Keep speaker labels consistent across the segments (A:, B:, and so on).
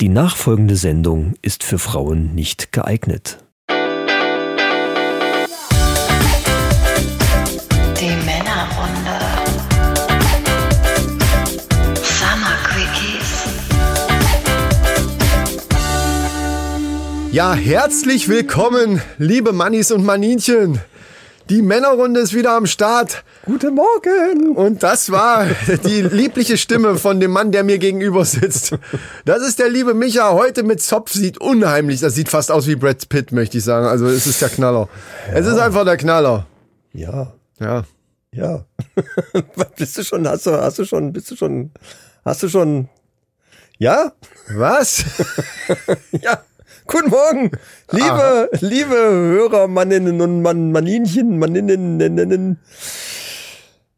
A: Die nachfolgende Sendung ist für Frauen nicht geeignet.
B: Die Männerrunde. Summer Quickies.
C: Ja, herzlich willkommen, liebe Mannis und Maninchen. Die Männerrunde ist wieder am Start.
D: Guten Morgen!
C: Und das war die liebliche Stimme von dem Mann, der mir gegenüber sitzt. Das ist der liebe Micha. Heute mit Zopf sieht unheimlich. Das sieht fast aus wie Brad Pitt, möchte ich sagen. Also es ist der Knaller. Es ist einfach der Knaller.
D: Ja,
C: Ja.
D: ja. bist du schon, hast du, hast du schon, bist du schon, hast du schon, ja,
C: Was?
D: ja. Guten Morgen, liebe, liebe Hörer, Manninnen und Mann, Manninchen, Manninnen, Nenninnen.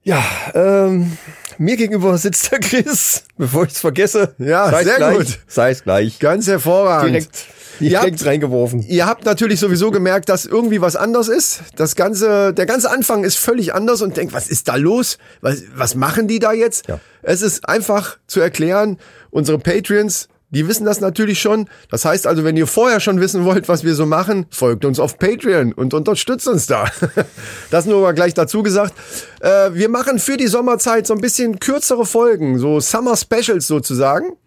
D: Ja, ähm, mir gegenüber sitzt der Chris, bevor ich es vergesse.
C: Ja,
D: Sei's
C: sehr
D: gleich,
C: gut.
D: Sei es gleich.
C: Ganz hervorragend.
D: Direkt,
C: Ihr
D: direkt reingeworfen.
C: Ihr habt natürlich sowieso gemerkt, dass irgendwie was anders ist. Das ganze, der ganze Anfang ist völlig anders und denkt, was ist da los? Was, was machen die da jetzt?
D: Ja.
C: Es ist einfach zu erklären. Unsere Patreons, die wissen das natürlich schon. Das heißt also, wenn ihr vorher schon wissen wollt, was wir so machen, folgt uns auf Patreon und unterstützt uns da. Das nur mal gleich dazu gesagt. Äh, wir machen für die Sommerzeit so ein bisschen kürzere Folgen, so Summer Specials sozusagen.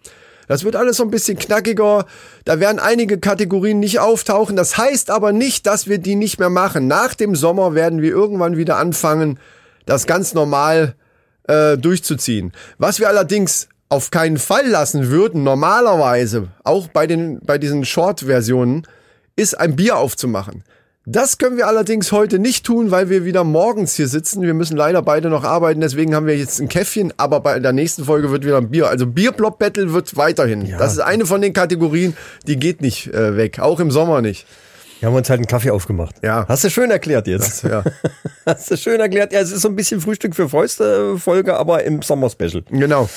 C: Das wird alles so ein bisschen knackiger. Da werden einige Kategorien nicht auftauchen. Das heißt aber nicht, dass wir die nicht mehr machen. Nach dem Sommer werden wir irgendwann wieder anfangen, das ganz normal äh, durchzuziehen. Was wir allerdings auf keinen Fall lassen würden, normalerweise, auch bei, den, bei diesen Short-Versionen, ist ein Bier aufzumachen. Das können wir allerdings heute nicht tun, weil wir wieder morgens hier sitzen. Wir müssen leider beide noch arbeiten, deswegen haben wir jetzt ein Käffchen, aber bei der nächsten Folge wird wieder ein Bier. Also Bierblock-Battle wird weiterhin. Das ist eine von den Kategorien, die geht nicht äh, weg, auch im Sommer nicht.
D: Wir haben uns halt einen Kaffee aufgemacht.
C: Ja.
D: Hast du schön erklärt jetzt.
C: Ja,
D: Hast du schön erklärt. Ja, es ist so ein bisschen Frühstück für Fäuste äh, Folge, aber im Sommer Special.
C: genau.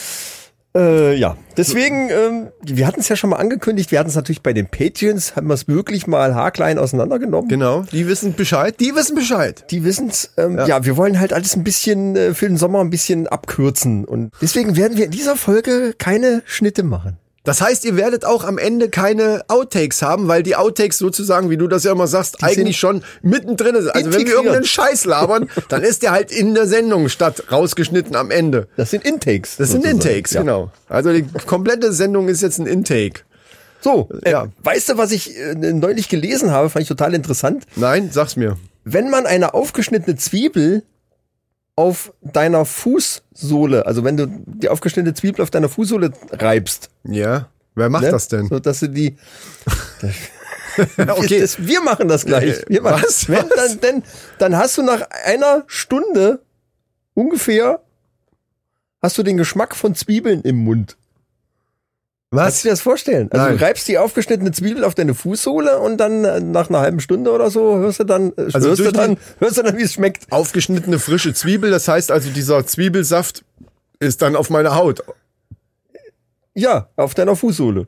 D: Äh, ja, deswegen, ähm, wir hatten es ja schon mal angekündigt, wir hatten es natürlich bei den Patreons, haben wir es wirklich mal haarklein auseinandergenommen.
C: Genau. Die wissen Bescheid. Die wissen Bescheid.
D: Die wissen's. Ähm, ja. wir wollen halt alles ein bisschen äh, für den Sommer ein bisschen abkürzen und deswegen werden wir in dieser Folge keine Schnitte machen.
C: Das heißt, ihr werdet auch am Ende keine Outtakes haben, weil die Outtakes sozusagen, wie du das ja immer sagst, eigentlich schon mittendrin sind. Also wenn wir
D: Integriert.
C: irgendeinen Scheiß labern, dann ist der halt in der Sendung statt rausgeschnitten am Ende.
D: Das sind Intakes.
C: Das sind
D: sozusagen.
C: Intakes,
D: ja.
C: genau. Also die komplette Sendung ist jetzt ein Intake.
D: So, äh,
C: Ja.
D: weißt du, was ich äh, neulich gelesen habe, fand ich total interessant.
C: Nein, sag's mir.
D: wenn man eine aufgeschnittene Zwiebel auf deiner Fußsohle, also wenn du die aufgeschnittene Zwiebel auf deiner Fußsohle reibst,
C: Ja. Wer macht
D: ne?
C: das denn?
D: so dass du die,
C: Okay.
D: das, wir machen das gleich.
C: Äh,
D: Wir machen,
C: was?
D: Wenn,
C: Was?
D: Dann, denn, dann hast du nach einer Stunde ungefähr hast du den Geschmack von Zwiebeln im Mund. Kannst
C: Was?
D: du dir das vorstellen? Also
C: Nein.
D: du reibst die aufgeschnittene Zwiebel auf deine Fußsohle und dann äh, nach einer halben Stunde oder so hörst du dann, äh,
C: Also
D: hörst, du
C: durch die-
D: dann hörst du dann, wie es schmeckt.
C: Aufgeschnittene frische Zwiebel, das heißt also dieser Zwiebelsaft ist dann auf meiner Haut.
D: Ja, auf deiner Fußsohle.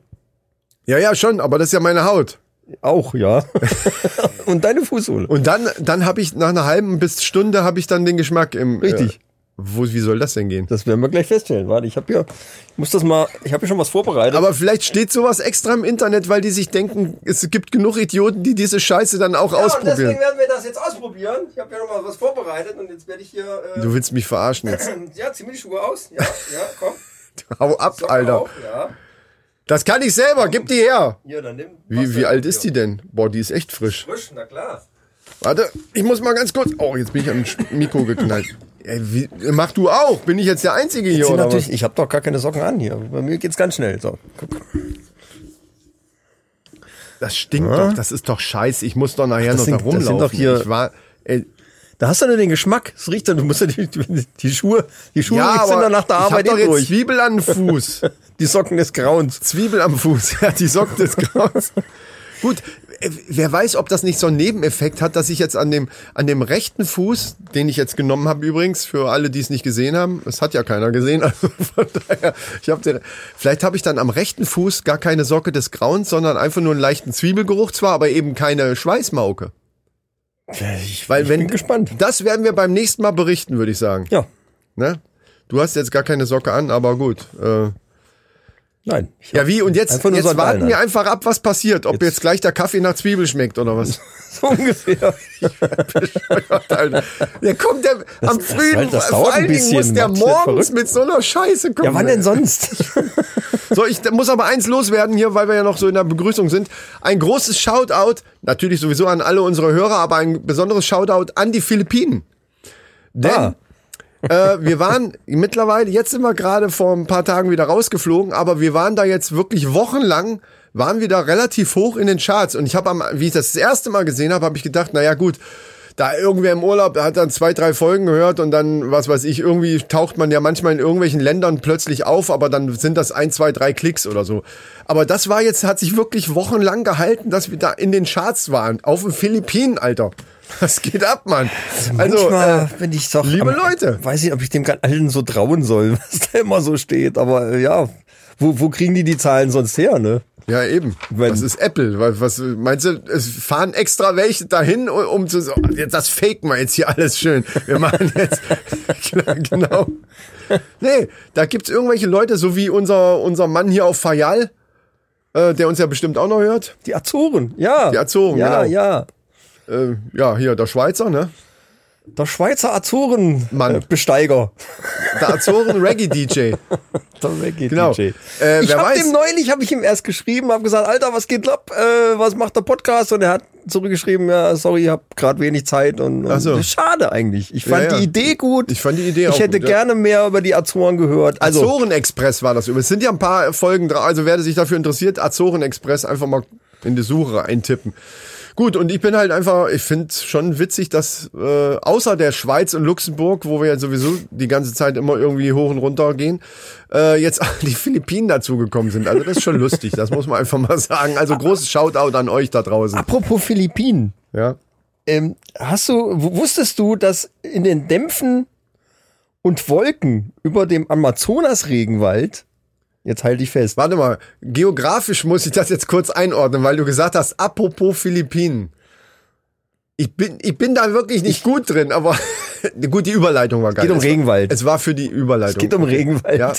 C: Ja, ja, schon, aber das ist ja meine Haut.
D: Auch, ja. Und deine Fußsohle.
C: Und dann, dann habe ich nach einer halben bis Stunde habe ich dann den Geschmack im.
D: Richtig.
C: Äh, wo, wie soll das denn gehen?
D: Das werden wir gleich feststellen. Warte, ich habe hier, ich muss das mal, ich habe hier schon was vorbereitet.
C: Aber vielleicht steht sowas extra im Internet, weil die sich denken, es gibt genug Idioten, die diese Scheiße dann auch ausprobieren.
D: werden wir das jetzt ausprobieren. Ich habe hier noch mal was vorbereitet und jetzt werde ich hier, äh,
C: Du willst mich verarschen jetzt.
D: ja, zieh mir die Schuhe aus. Ja, ja, komm.
C: Hau ab, Alter.
D: ja.
C: Das kann ich selber, gib die her.
D: Hier, dann nimm.
C: Wie, wie alt ist die denn? Boah, die ist echt frisch.
D: Frisch, na klar.
C: Warte, ich muss mal ganz kurz. Oh, jetzt bin ich am Sch- Mikro geknallt. Ey, wie, mach du auch? Bin ich jetzt der Einzige hier oder was?
D: natürlich, ich habe doch gar keine Socken an hier. Bei mir geht's ganz schnell. So, guck.
C: Das stinkt doch. Das ist doch scheiße. Ich muss doch nachher
D: das
C: noch
D: sind-
C: da
D: das sind
C: rumlaufen.
D: doch hier-
C: ich war, ey,
D: Da hast du nur den Geschmack. Es riecht dann, du musst ja die, die, die Schuhe, die Schuhe
C: ja,
D: riecht
C: aber
D: dann nach der Arbeit
C: ich hab
D: eh
C: doch
D: durch.
C: jetzt Zwiebel an den Fuß.
D: Die Socken des Grauens.
C: Zwiebel am Fuß, ja, die Socken des Grauens. Gut, äh, wer weiß, ob das nicht so einen Nebeneffekt hat, dass ich jetzt an dem, an dem rechten Fuß, den ich jetzt genommen habe übrigens, für alle, die es nicht gesehen haben, es hat ja keiner gesehen, also von daher, ich hab den, vielleicht habe ich dann am rechten Fuß gar keine Socke des Grauens, sondern einfach nur einen leichten Zwiebelgeruch zwar, aber eben keine Schweißmauke.
D: Ich,
C: Weil wenn,
D: bin gespannt.
C: Das werden wir beim nächsten Mal berichten, würde ich sagen.
D: Ja.
C: Ne? Du hast jetzt gar keine Socke an, aber gut. Äh,
D: Nein. ich
C: Ja,
D: hab-
C: wie? Und jetzt,
D: Einfach nur so
C: jetzt
D: an
C: warten
D: allen
C: wir einfach ab, was passiert. Ob jetzt. gleich der Kaffee nach Zwiebel schmeckt oder was.
D: So ungefähr.
C: Alter. Der kommt der am
D: das
C: frühen,
D: halt- das dauert
C: vor
D: ein
C: allen Dingen
D: bisschen,
C: muss der
D: macht's nicht
C: morgens
D: verrückt.
C: mit so einer Scheiße kommen.
D: Ja, wann denn sonst?
C: So, ich muss aber eins loswerden hier, weil wir ja noch so in der Begrüßung sind. Ein großes Shoutout, natürlich sowieso an alle unsere Hörer, aber ein besonderes Shoutout an die Philippinen. Denn
D: Ah.
C: äh, wir waren mittlerweile, jetzt sind wir gerade vor ein paar Tagen wieder rausgeflogen, aber wir waren da jetzt wirklich wochenlang, waren wir da relativ hoch in den Charts. Und ich habe, am- wie ich das das erste Mal gesehen habe, habe ich gedacht, naja gut, da irgendwer im Urlaub hat dann zwei, drei Folgen gehört und dann, was weiß ich, irgendwie taucht man ja manchmal in irgendwelchen Ländern plötzlich auf, aber dann sind das ein, zwei, drei Klicks oder so. Aber das war jetzt, hat sich wirklich wochenlang gehalten, dass wir da in den Charts waren. Auf den Philippinen, Alter. Das geht ab, Mann. Also, äh,
D: Manchmal bin ich doch.
C: liebe
D: am-
C: Leute.
D: Weiß nicht, ob ich dem gerade allen so trauen soll, was da immer so steht. Aber äh, ja, wo, wo kriegen die die Zahlen sonst her, ne?
C: Ja, eben.
D: Wenn-
C: das ist Apple. Was, was meinst du, es fahren extra welche dahin, um- um zu sagen, jetzt das faken wir jetzt hier alles schön. Wir machen jetzt. genau. Nee, da gibt's irgendwelche Leute, so wie unser, unser Mann hier auf Fayal, äh, der uns ja bestimmt auch noch hört.
D: Die Azoren, ja.
C: Die Azoren,
D: ja.
C: genau.
D: Ja,
C: Äh, ja, hier, der Schweizer, ne?
D: Der Schweizer äh,
C: Mann.
D: Azoren-Besteiger.
C: Der Azoren Reggae DJ.
D: Der Reggae
C: Genau.
D: DJ.
C: Äh,
D: ich
C: wer
D: hab
C: weiß.
D: dem neulich, habe ich ihm erst geschrieben, habe gesagt, Alter, was geht ab? Äh, was macht der Podcast? Und er hat zurückgeschrieben, ja, sorry, ich habe gerade wenig Zeit. Und, und
C: Ach so.
D: schade eigentlich. Ich fand
C: ja.
D: die Idee gut.
C: Ich fand die Idee auch
D: Ich hätte
C: gut, ja.
D: gerne mehr über die Azoren gehört. Also,
C: Azoren Express war das übrigens. Es sind ja ein paar Folgen dran. Also wer sich dafür interessiert, Azoren Express einfach mal in die Suche eintippen. Gut, und ich bin halt einfach, ich finde schon witzig, dass äh, außer der Schweiz und Luxemburg, wo wir ja sowieso die ganze Zeit immer irgendwie hoch und runter gehen, äh, jetzt auch die Philippinen dazugekommen sind. Also das ist schon lustig, das muss man einfach mal sagen. Also großes Shoutout an euch da draußen.
D: apropos Philippinen.
C: Ja.
D: Ähm, hast du, w- wusstest du, dass in den Dämpfen und Wolken über dem Amazonas-Regenwald, jetzt halte ich fest,
C: Warte mal, geografisch muss ich das jetzt kurz einordnen, weil du gesagt hast, apropos Philippinen. Ich bin, ich bin da wirklich nicht gut drin, aber gut, die Überleitung war geil.
D: Geht um
C: Es war-
D: Regenwald.
C: Es war für die Überleitung.
D: Es geht um Regenwald.
C: Ja,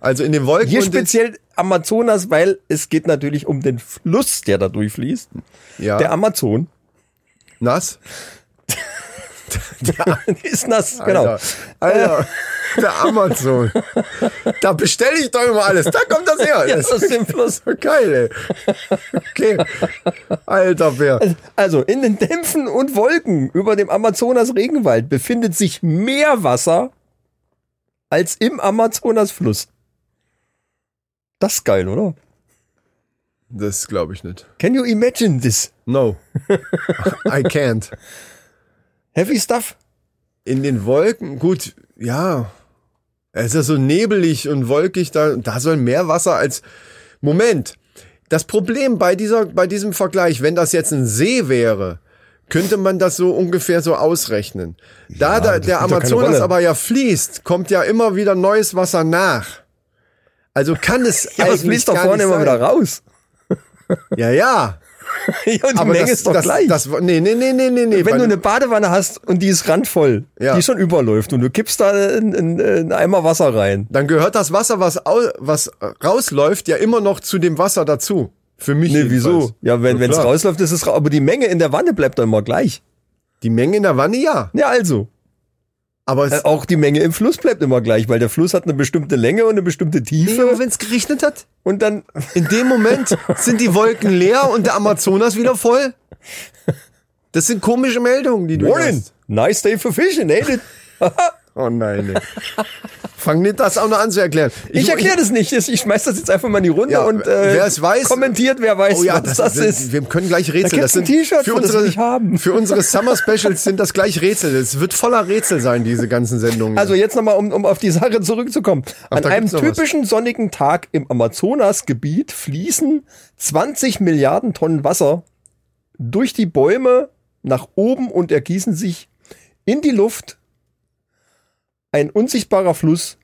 C: also in den Wolken.
D: hier
C: und den-
D: speziell Amazonas, weil es geht natürlich um den Fluss, der da durchfließt,
C: ja,
D: der Amazon.
C: nass.
D: ist nass, genau. Äh.
C: Alter, Alter, der Amazon. da bestelle ich doch immer alles. Da kommt das her.
D: Ja,
C: das
D: aus dem Fluss.
C: ist geil, ey. Okay. Alter Bär.
D: Also in den Dämpfen und Wolken über dem Amazonas-Regenwald befindet sich mehr Wasser als im Amazonasfluss. Das ist geil, oder?
C: Das glaube ich nicht.
D: Can you imagine this?
C: No. I can't.
D: Heavy stuff.
C: in den Wolken, gut, ja. Es ist ja so nebelig und wolkig, da, da soll mehr Wasser als. Moment. Das Problem bei dieser, bei diesem Vergleich, wenn das jetzt ein See wäre, könnte man das so ungefähr so ausrechnen. Da, da
D: das
C: der
D: spielt doch keine
C: Amazonas
D: Rolle.
C: aber ja fließt, kommt ja immer wieder neues Wasser nach. Also kann es eigentlich
D: Ja, aber es fließt doch
C: gar nicht
D: vorne immer
C: sein.
D: wieder raus.
C: Ja, ja.
D: Ja, und die
C: Aber
D: Menge
C: das,
D: ist doch
C: das,
D: gleich.
C: Das, nee, nee, nee, nee, nee, nee.
D: Wenn
C: bei
D: du
C: dem-
D: eine Badewanne hast und die ist randvoll,
C: Ja.
D: die schon überläuft und du kippst da einen einen- einen Eimer Wasser rein.
C: dann gehört das Wasser, was, au- was rausläuft, ja immer noch zu dem Wasser dazu. Für mich.
D: Nee,
C: jedenfalls.
D: wieso? Ja, wenn
C: Na
D: es
C: klar.
D: rausläuft, ist es raus. Aber die Menge in der Wanne bleibt doch immer gleich.
C: Die Menge in der Wanne, ja.
D: Ja, also.
C: Aber es,
D: Äh, Auch die Menge im Fluss bleibt immer gleich, weil der Fluss hat eine bestimmte Länge und eine bestimmte Tiefe.
C: wenn es geregnet hat,
D: Und dann,
C: in dem Moment sind die Wolken leer und der Amazonas wieder voll. Das sind komische Meldungen, die du
D: morning,
C: hast.
D: nice day for fishing, eh? ain't it?
C: Oh nein, nee. Fang nicht das auch noch an zu erklären.
D: Ich erkläre das nicht. Ich schmeiß das jetzt einfach mal in die Runde
C: Ja,
D: und äh,
C: wer es weiß-
D: kommentiert, wer weiß,
C: Oh ja, das,
D: was das,
C: wir-
D: ist.
C: Wir können gleich Rätsel.
D: gibt's ein T-Shirt,
C: für
D: wo das
C: unsere,
D: nicht haben.
C: für unsere Summer Specials sind das gleich Rätsel. Es wird voller Rätsel sein, diese ganzen Sendungen.
D: Also jetzt nochmal, um, um auf die Sache zurückzukommen. An
C: da
D: einem
C: gibt's noch was.
D: typischen sonnigen Tag im Amazonasgebiet fließen 20 Milliarden Tonnen Wasser durch die Bäume nach oben und ergießen sich in die Luft. Ein unsichtbarer Fluss,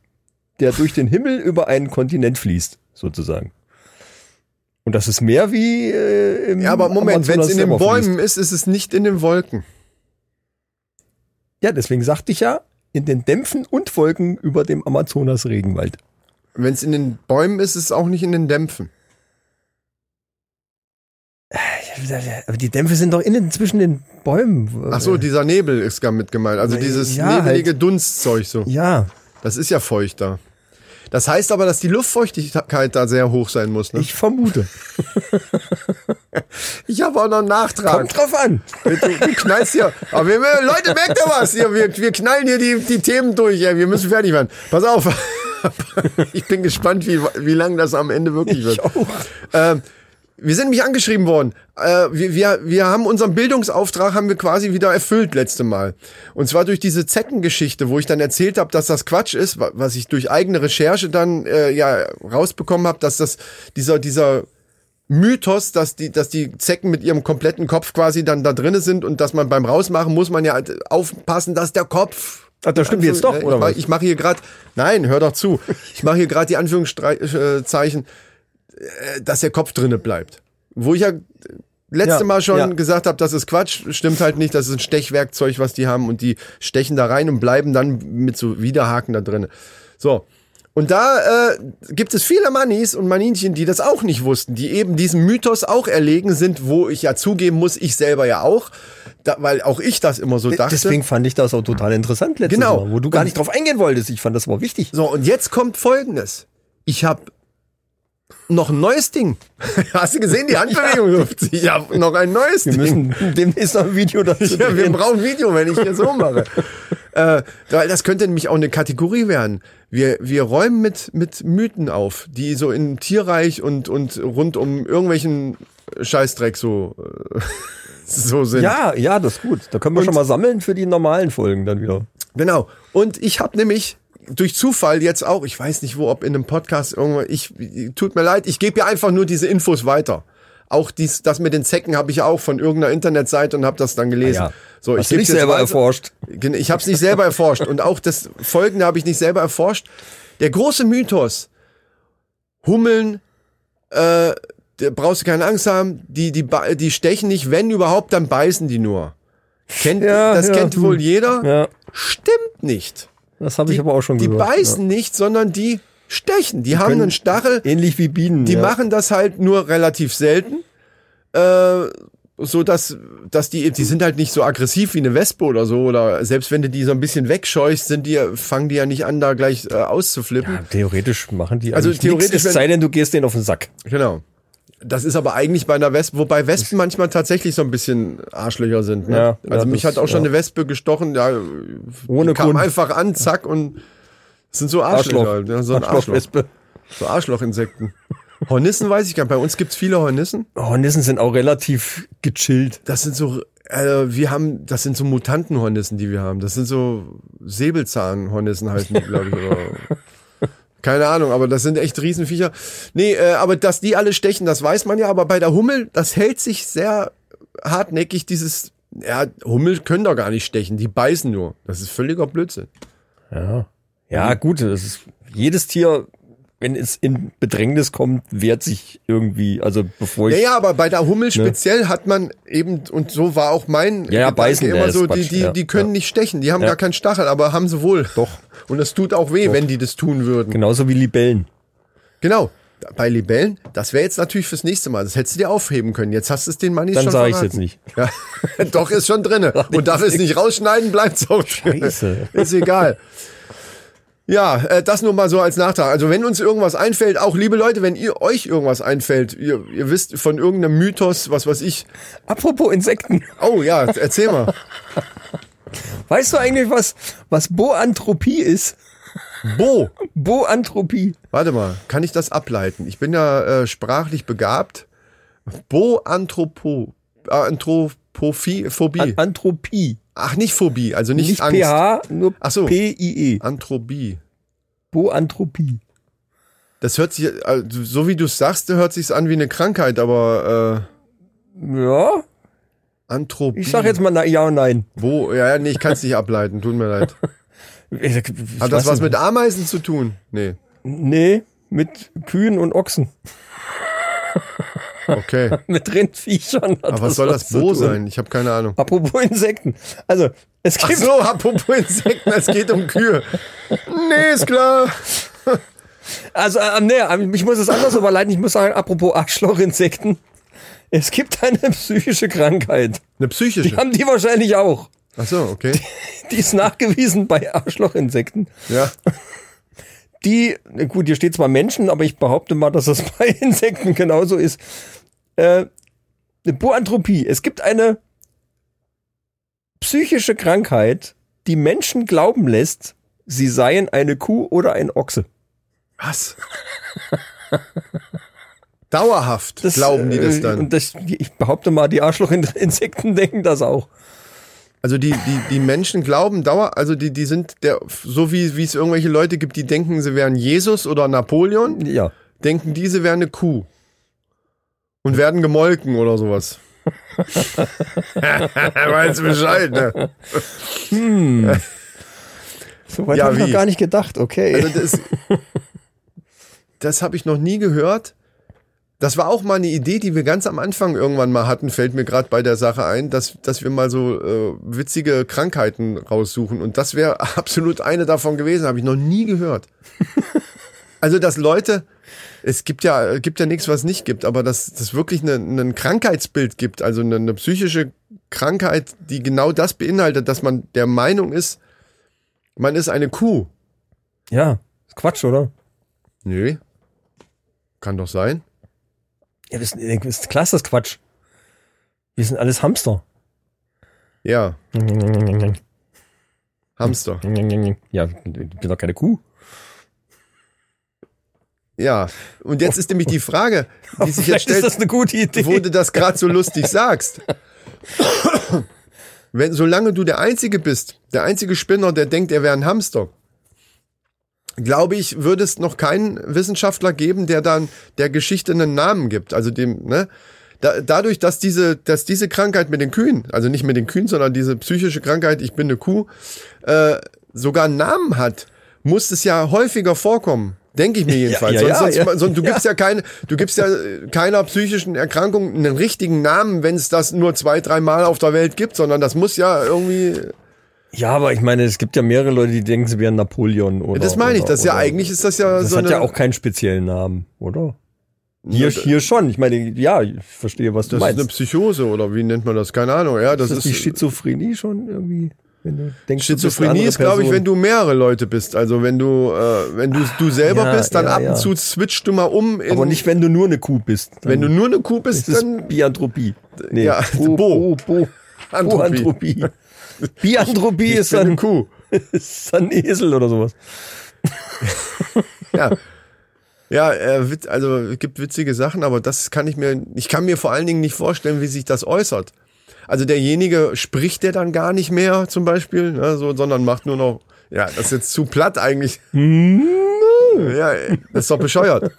D: der durch den Himmel über einen Kontinent fließt, sozusagen. Und das ist mehr wie äh, im
C: Ja, aber Moment, wenn es in den
D: Amazonas selber
C: Bäumen ist, ist es nicht in den Wolken.
D: Ja, deswegen sagte ich ja, in den Dämpfen und Wolken über dem Amazonas-Regenwald.
C: Wenn es in den Bäumen ist, ist es auch nicht in den Dämpfen.
D: Aber die Dämpfe sind doch innen zwischen den Bäumen.
C: Ach so, dieser Nebel ist gar mit gemeint. Also
D: Äh,
C: dieses
D: ja,
C: nebelige Dunstzeug so.
D: Ja,
C: Das ist ja feuchter. Das heißt aber, dass die Luftfeuchtigkeit da sehr hoch sein muss. Ne?
D: ich vermute.
C: ich habe auch noch einen Nachtrag.
D: Kommt drauf an.
C: Du, du knallst hier. Aber wir, wir- Leute, merkt ihr was? Hier, wir, wir knallen hier die, die Themen durch. Ey. Wir müssen fertig werden. Pass auf. Ich bin gespannt, wie, wie lang das am Ende wirklich wird. Ähm, wir sind nämlich angeschrieben worden. Äh, wir, wir, wir haben unseren Bildungsauftrag haben wir quasi wieder erfüllt letzte Mal. Und zwar durch diese Zeckengeschichte, wo ich dann erzählt habe, dass das Quatsch ist, wa- was ich durch eigene Recherche dann äh, ja rausbekommen habe, dass das dieser dieser Mythos, dass die, dass die Zecken mit ihrem kompletten Kopf quasi dann da drinne sind und dass man beim Rausmachen muss man ja halt aufpassen, dass der Kopf.
D: Ach, das stimmt jetzt doch,
C: ich,
D: oder
C: mach-
D: was?
C: Also, Ich mache hier gerade, nein, hör doch zu. Ich mache hier gerade die Anführungszeichen, äh, dass der Kopf drinne bleibt. Wo ich ja letzte
D: Ja,
C: Mal schon
D: ja.
C: gesagt habe, das ist Quatsch, stimmt halt nicht, das ist ein Stechwerkzeug, was die haben und die stechen da rein und bleiben dann mit so Widerhaken da drinne. So. Und da äh, gibt es viele Manis und Maninchen, die das auch nicht wussten, die eben diesem Mythos auch erlegen sind, wo ich ja zugeben muss, ich selber ja auch, da, weil auch ich das immer so dachte.
D: Deswegen fand ich das auch total interessant letztes
C: Genau.
D: Mal, wo du gar
C: Und-
D: nicht drauf eingehen wolltest. Ich fand das aber wichtig.
C: So, und jetzt kommt Folgendes. Ich habe noch ein neues Ding. Hast du gesehen, die Handbewegung? Ich habe noch ein neues
D: Wir
C: Ding.
D: müssen demnächst noch ein Video dazu
C: Ja, wir
D: drehen.
C: brauchen Video, wenn ich hier so mache. äh, weil das könnte nämlich auch eine Kategorie werden. Wir, wir räumen mit, mit Mythen auf, die so im Tierreich und, und rund um irgendwelchen Scheißdreck so, äh, so sind.
D: Ja, ja, das ist gut. Da können wir schon mal sammeln für die normalen Folgen dann wieder.
C: Genau. Und ich habe nämlich durch Zufall jetzt auch, ich weiß nicht wo, ob in einem Podcast irgendwo, ich tut mir leid, ich gebe ja einfach nur diese Infos weiter. Auch dies, das mit den Zecken habe ich ja auch von irgendeiner Internetseite und habe das dann gelesen.
D: Ah ja.
C: So,
D: Hast du
C: geb's
D: nicht
C: jetzt
D: selber
C: weiter.
D: erforscht?
C: Gen- Ich habe es nicht selber erforscht und auch das Folgende habe ich nicht selber erforscht. Der große Mythos: Hummeln, äh, da brauchst du keine Angst haben. Die die ba- die stechen nicht, wenn überhaupt, dann beißen die nur. Kennt,
D: Ja,
C: das
D: ja,
C: kennt
D: hm.
C: wohl jeder.
D: Ja,
C: Stimmt nicht.
D: das habe
C: Die,
D: ich aber auch schon
C: die
D: gehört.
C: beißen nicht, sondern die stechen. Die, haben
D: können-
C: einen Stachel.
D: Ja. Ähnlich wie Bienen.
C: Die
D: ja.
C: machen das halt nur relativ selten. Äh, so dass, dass die, die sind halt nicht so aggressiv wie eine Wespe oder so. Oder selbst wenn du die so ein bisschen wegscheuchst, sind die, fangen die ja nicht an, da gleich äh, auszuflippen.
D: Ja, theoretisch machen die
C: Also
D: eigentlich nichts,
C: theoretisch, wenn-
D: es sei denn, du gehst denen auf den Sack.
C: Genau. Das ist aber eigentlich bei einer Wespe, wobei Wespen manchmal tatsächlich so ein bisschen Arschlöcher sind. Ne?
D: Ja,
C: also
D: ja,
C: mich
D: das-
C: hat auch schon
D: ja.
C: eine Wespe gestochen, ja,
D: Ohne
C: kam
D: Grund.
C: einfach an, zack und das sind so Arschlöcher. halt, Ja, so ein Arschloch.
D: Arschlochwespe.
C: So Arschlochinsekten. Hornissen weiß ich gar nicht. Bei uns gibt's viele Hornissen.
D: Hornissen Oh, sind auch relativ gechillt.
C: Das sind so, äh, wir haben, das sind so Mutantenhornissen, die wir haben. Das sind so Säbelzahnhornissen heißen die, glaube ich. Oder. Keine Ahnung, aber das sind echt Riesenviecher. Nee, äh, aber dass die alle stechen, das weiß man ja. Aber bei der Hummel, das hält sich sehr hartnäckig dieses, ja, Hummel können doch gar nicht stechen. Die beißen nur. Das ist völliger Blödsinn.
D: Ja. Ja,
C: Mhm.
D: gut, das ist, jedes Tier, wenn es in Bedrängnis kommt, wehrt sich irgendwie, also bevor ich. Ne.
C: Ja, ja, aber bei der Hummel speziell hat man eben, und so war auch mein
D: ja,
C: Gedanke
D: beißen, ja,
C: immer
D: ist
C: so, die,
D: Quatsch,
C: die,
D: ja,
C: die können
D: ja.
C: nicht stechen, die haben
D: Ja.
C: gar keinen Stachel, aber haben sie wohl.
D: Doch.
C: Und es tut auch weh, wenn die das tun würden.
D: Genauso wie Libellen.
C: Genau. Bei Libellen, das wäre jetzt natürlich fürs nächste Mal. Das hättest du dir aufheben können. Jetzt hast du es den Mann nicht
D: Dann
C: schon
D: sage ich
C: verraten.
D: jetzt nicht.
C: Ja, doch, ist schon drinne. Und darf es nicht rausschneiden, bleibt so.
D: Scheiße.
C: Ist egal. Ja, äh, das nur mal so als Nachtrag. Also wenn uns irgendwas einfällt, auch liebe Leute, wenn ihr euch irgendwas einfällt, ihr, ihr wisst von irgendeinem Mythos, was weiß ich.
D: Apropos Insekten.
C: Oh ja, erzähl mal.
D: Weißt du eigentlich, was, was Boantropie ist?
C: Bo,
D: Boantropie.
C: warte mal, kann ich das ableiten? Ich bin ja äh, sprachlich begabt. Boanthropo, äh, Anthropophie, Phobie.
D: An Anthropie.
C: Ach, nicht Phobie, also nicht,
D: Nicht
C: Angst.
D: pH, nur E.
C: Ach so.
D: PIE.
C: Anthropie.
D: Boantropie.
C: Das hört sich, also, so wie du es sagst, hört sich an wie eine Krankheit, aber
D: Ja,
C: äh, Anthropie.
D: ich sag jetzt mal na, ja und nein.
C: Bo, ja, ja, nee, ich kann es nicht ableiten, tut mir leid.
D: Ich
C: Hat das was
D: weiß nicht.
C: mit Ameisen zu tun? Nee,
D: Nee, mit Kühen und Ochsen.
C: okay.
D: Mit Rindviechern. hat
C: Aber was soll das
D: zu
C: Bo
D: tun.
C: sein? Ich habe keine Ahnung.
D: Apropos Insekten. Also, es
C: Ach
D: gibt.
C: so, apropos Insekten, es geht um Kühe. Nee, ist klar.
D: Also, ähm, nee, ähm, ich muss es anders überleiten. Ich muss sagen, apropos Arschlochinsekten. Es gibt eine psychische Krankheit.
C: Eine psychische.
D: Die haben die wahrscheinlich auch.
C: Ach so, okay.
D: Die ist nachgewiesen bei Arschlochinsekten.
C: Ja.
D: Die, na gut, hier steht zwar Menschen, aber ich behaupte mal, dass das bei Insekten genauso ist. Äh, eine Boanthropie. Es gibt eine psychische Krankheit, die Menschen glauben lässt, sie seien eine Kuh oder ein Ochse.
C: Was? Dauerhaft
D: Das,
C: glauben die das
D: äh,
C: dann.
D: Und das, ich behaupte mal, die Arschlochinsekten denken das auch.
C: Also die, die, die Menschen glauben Dauer, also die, die sind der, so wie, wie es irgendwelche Leute gibt, die denken, sie wären Jesus oder Napoleon,
D: Ja.
C: denken die, sie wären eine Kuh. Und werden gemolken oder sowas. Weißt du Bescheid, ne?
D: So weit
C: Ja,
D: habe ich noch
C: wie?
D: gar nicht gedacht, okay.
C: Also das, das habe ich noch nie gehört. Das war auch mal eine Idee, die wir ganz am Anfang irgendwann mal hatten, fällt mir gerade bei der Sache ein, dass, dass wir mal so äh, witzige Krankheiten raussuchen. Und das wäre absolut eine davon gewesen, habe ich noch nie gehört. Also, dass Leute, es gibt ja, gibt ja nichts, was es nicht gibt, aber dass es wirklich eine- ein Krankheitsbild gibt, also eine, eine psychische Krankheit, die genau das beinhaltet, dass man der Meinung ist, man ist eine Kuh.
D: ja, ist Quatsch, oder?
C: Nö. Kann doch sein.
D: Ja, das ist, das ist klasse, das ist Quatsch. Wir sind alles Hamster.
C: Ja, Hamster.
D: Ja, ich bin doch keine Kuh.
C: Ja. Und jetzt ist nämlich die Frage, die sich jetzt
D: Vielleicht ist das
C: stellt,
D: eine gute Idee.
C: wo du das gerade so lustig sagst. Wenn, solange du der Einzige bist, der einzige Spinner, der denkt, er wäre ein Hamster, glaube ich, würde es noch keinen Wissenschaftler geben, der dann der Geschichte einen Namen gibt. Also dem, ne? Da, dadurch, dass diese, dass diese Krankheit mit den Kühen, also nicht mit den Kühen, sondern diese psychische Krankheit, ich bin eine Kuh, äh, sogar einen Namen hat, muss es ja häufiger vorkommen. Denke ich mir jedenfalls.
D: ja,
C: sonst,
D: ja,
C: sonst,
D: ja.
C: sonst, du gibst ja, keine, du gibst ja äh, keiner psychischen Erkrankung einen richtigen Namen, wenn es das nur zwei, dreimal auf der Welt gibt, sondern das muss ja irgendwie.
D: ja, aber ich meine, es gibt ja mehrere Leute, die denken, sie wären Napoleon oder.
C: Das meine ich.
D: oder-
C: Das ist ja
D: oder-
C: eigentlich ist das ja
D: Das
C: so
D: hat
C: eine.
D: ja auch keinen speziellen Namen, oder? Hier, hier schon. Ich meine, ja, ich verstehe, was du
C: das ist
D: meinst.
C: eine Psychose oder wie nennt man das? Keine Ahnung. Ja, das
D: ist das die
C: ist. äh,
D: Schizophrenie schon irgendwie? Wenn du denkst, du bist eine
C: Schizophrenie
D: andere
C: ist, glaube ich,
D: Person?
C: wenn du mehrere Leute bist. Also wenn du, äh, wenn du du selber
D: ja,
C: bist, dann
D: ja,
C: ab und
D: ja.
C: zu switchst du mal um. In,
D: Aber nicht, wenn du nur eine Kuh bist. Dann
C: wenn du nur eine Kuh bist,
D: Das ist
C: dann
D: Bianthropie. Nee,
C: ja, Bo.
D: Bo. Bo, Bo.
C: Anthropie.
D: Boanthropie. Bianthropie ist
C: bin eine
D: dann,
C: Kuh.
D: ist dann ein Esel oder sowas.
C: Ja. Ja, äh, wit- also es gibt witzige Sachen, aber das kann ich mir, ich kann mir vor allen Dingen nicht vorstellen, wie sich das äußert. Also derjenige spricht der dann gar nicht mehr zum Beispiel, ne, so, sondern macht nur noch, ja, das ist jetzt zu platt eigentlich.
D: Hm?
C: ja, äh, das ist doch bescheuert.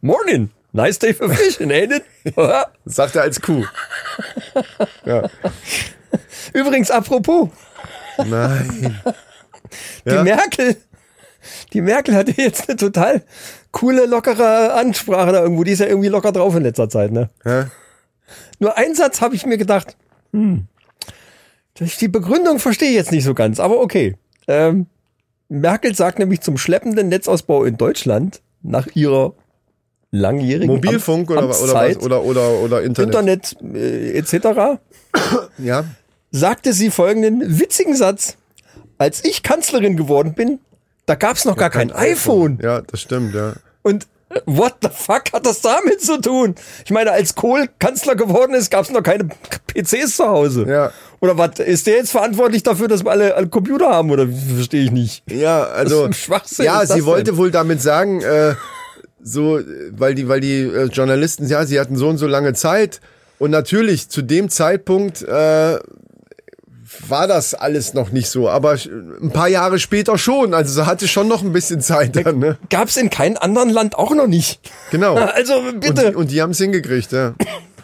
D: Morning. Nice day for fishing, ain't it? Haha.
C: Das sagt er als Kuh.
D: Übrigens, apropos,
C: Nein.
D: die
C: Ja.
D: Merkel. Die Merkel hatte jetzt eine total coole, lockere Ansprache da irgendwo. Die ist ja irgendwie locker drauf in letzter Zeit, ne?
C: Ja.
D: Nur einen Satz habe ich mir gedacht, hm, das- die Begründung verstehe ich jetzt nicht so ganz, aber okay. Ähm, Merkel sagt nämlich zum schleppenden Netzausbau in Deutschland nach ihrer langjährigen
C: Mobilfunk
D: Am-
C: oder, oder was?
D: Amtszeit,
C: Oder, oder, oder Internet.
D: Internet äh, etc.
C: Ja.
D: sagte sie folgenden witzigen Satz. Als ich Kanzlerin geworden bin, da gab es noch gar kein, iPhone.
C: Ja, das stimmt, ja.
D: Und äh, what the fuck hat das damit zu tun? Ich meine, als Kohl Kanzler geworden ist, gab es noch keine PCs zu Hause.
C: Ja.
D: Oder was? Ist der jetzt verantwortlich dafür, dass wir alle einen Computer haben? Oder verstehe ich nicht.
C: Ja, also
D: ein Schwachsinn
C: Ja,
D: ist das
C: sie wollte
D: denn?
C: wohl damit sagen, äh, so, äh, weil die, weil die äh, Journalisten, ja, sie hatten so und so lange Zeit und natürlich zu dem Zeitpunkt äh, war das alles noch nicht so, aber sch- ein paar Jahre später schon. Also sie hatte schon noch ein bisschen Zeit dann, ne?
D: Gab es in keinem anderen Land auch noch nicht.
C: Genau.
D: Also
C: Und
D: bitte,
C: die, und die haben es hingekriegt, ja.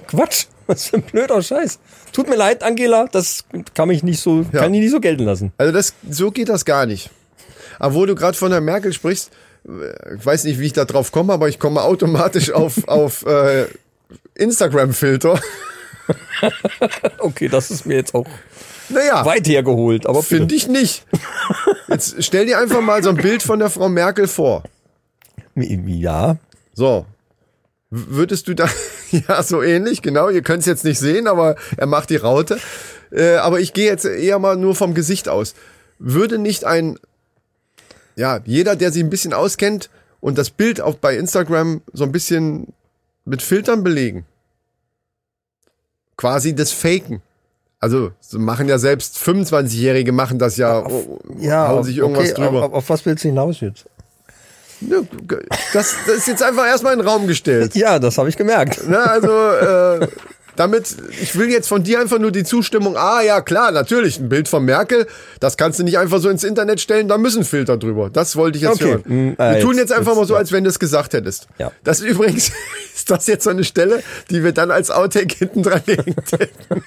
D: Quatsch. Was für ein blöder Scheiß. Tut mir leid, Angela, das kann mich nicht so,
C: Ja.
D: kann ich nicht so gelten lassen.
C: Also das, so geht das gar nicht. Aber wo du gerade von der Merkel sprichst, äh, ich weiß nicht, wie ich da drauf komme, aber ich komme automatisch auf, auf äh, Instagram-Filter.
D: Okay, das ist mir jetzt auch
C: Naja.
D: weit hergeholt. Aber bitte.
C: Finde ich nicht. Jetzt stell dir einfach mal so ein Bild von der Frau Merkel vor.
D: ja,
C: So. W- Würdest du da, ja, so ähnlich, genau, ihr könnt es jetzt nicht sehen, aber er macht die Raute. Äh, aber ich gehe jetzt eher mal nur vom Gesicht aus. Würde nicht ein, ja, jeder, der sich ein bisschen auskennt und das Bild auch bei Instagram so ein bisschen mit Filtern belegen. Quasi das Faken. Also, so machen ja selbst 25-Jährige machen das ja, oh,
D: ja,
C: hauen sich irgendwas
D: okay,
C: drüber.
D: Auf, auf was willst du hinaus jetzt?
C: Ja, ne, Das, das ist jetzt einfach erstmal in den Raum gestellt.
D: Ja, das habe ich gemerkt.
C: Ne, also, äh, damit, ich will jetzt von dir einfach nur die Zustimmung. Ah, ja, klar, natürlich, ein Bild von Merkel, das kannst du nicht einfach so ins Internet stellen, da müssen Filter drüber. Das wollte ich jetzt
D: Okay.
C: hören.
D: Mm,
C: wir
D: äh,
C: tun
D: jetzt-
C: jetzt einfach
D: jetzt,
C: mal so,
D: ja.
C: als wenn du es gesagt hättest.
D: Ja.
C: Das übrigens ist das jetzt so eine Stelle, die wir dann als Outtake hinten dran legen. täten.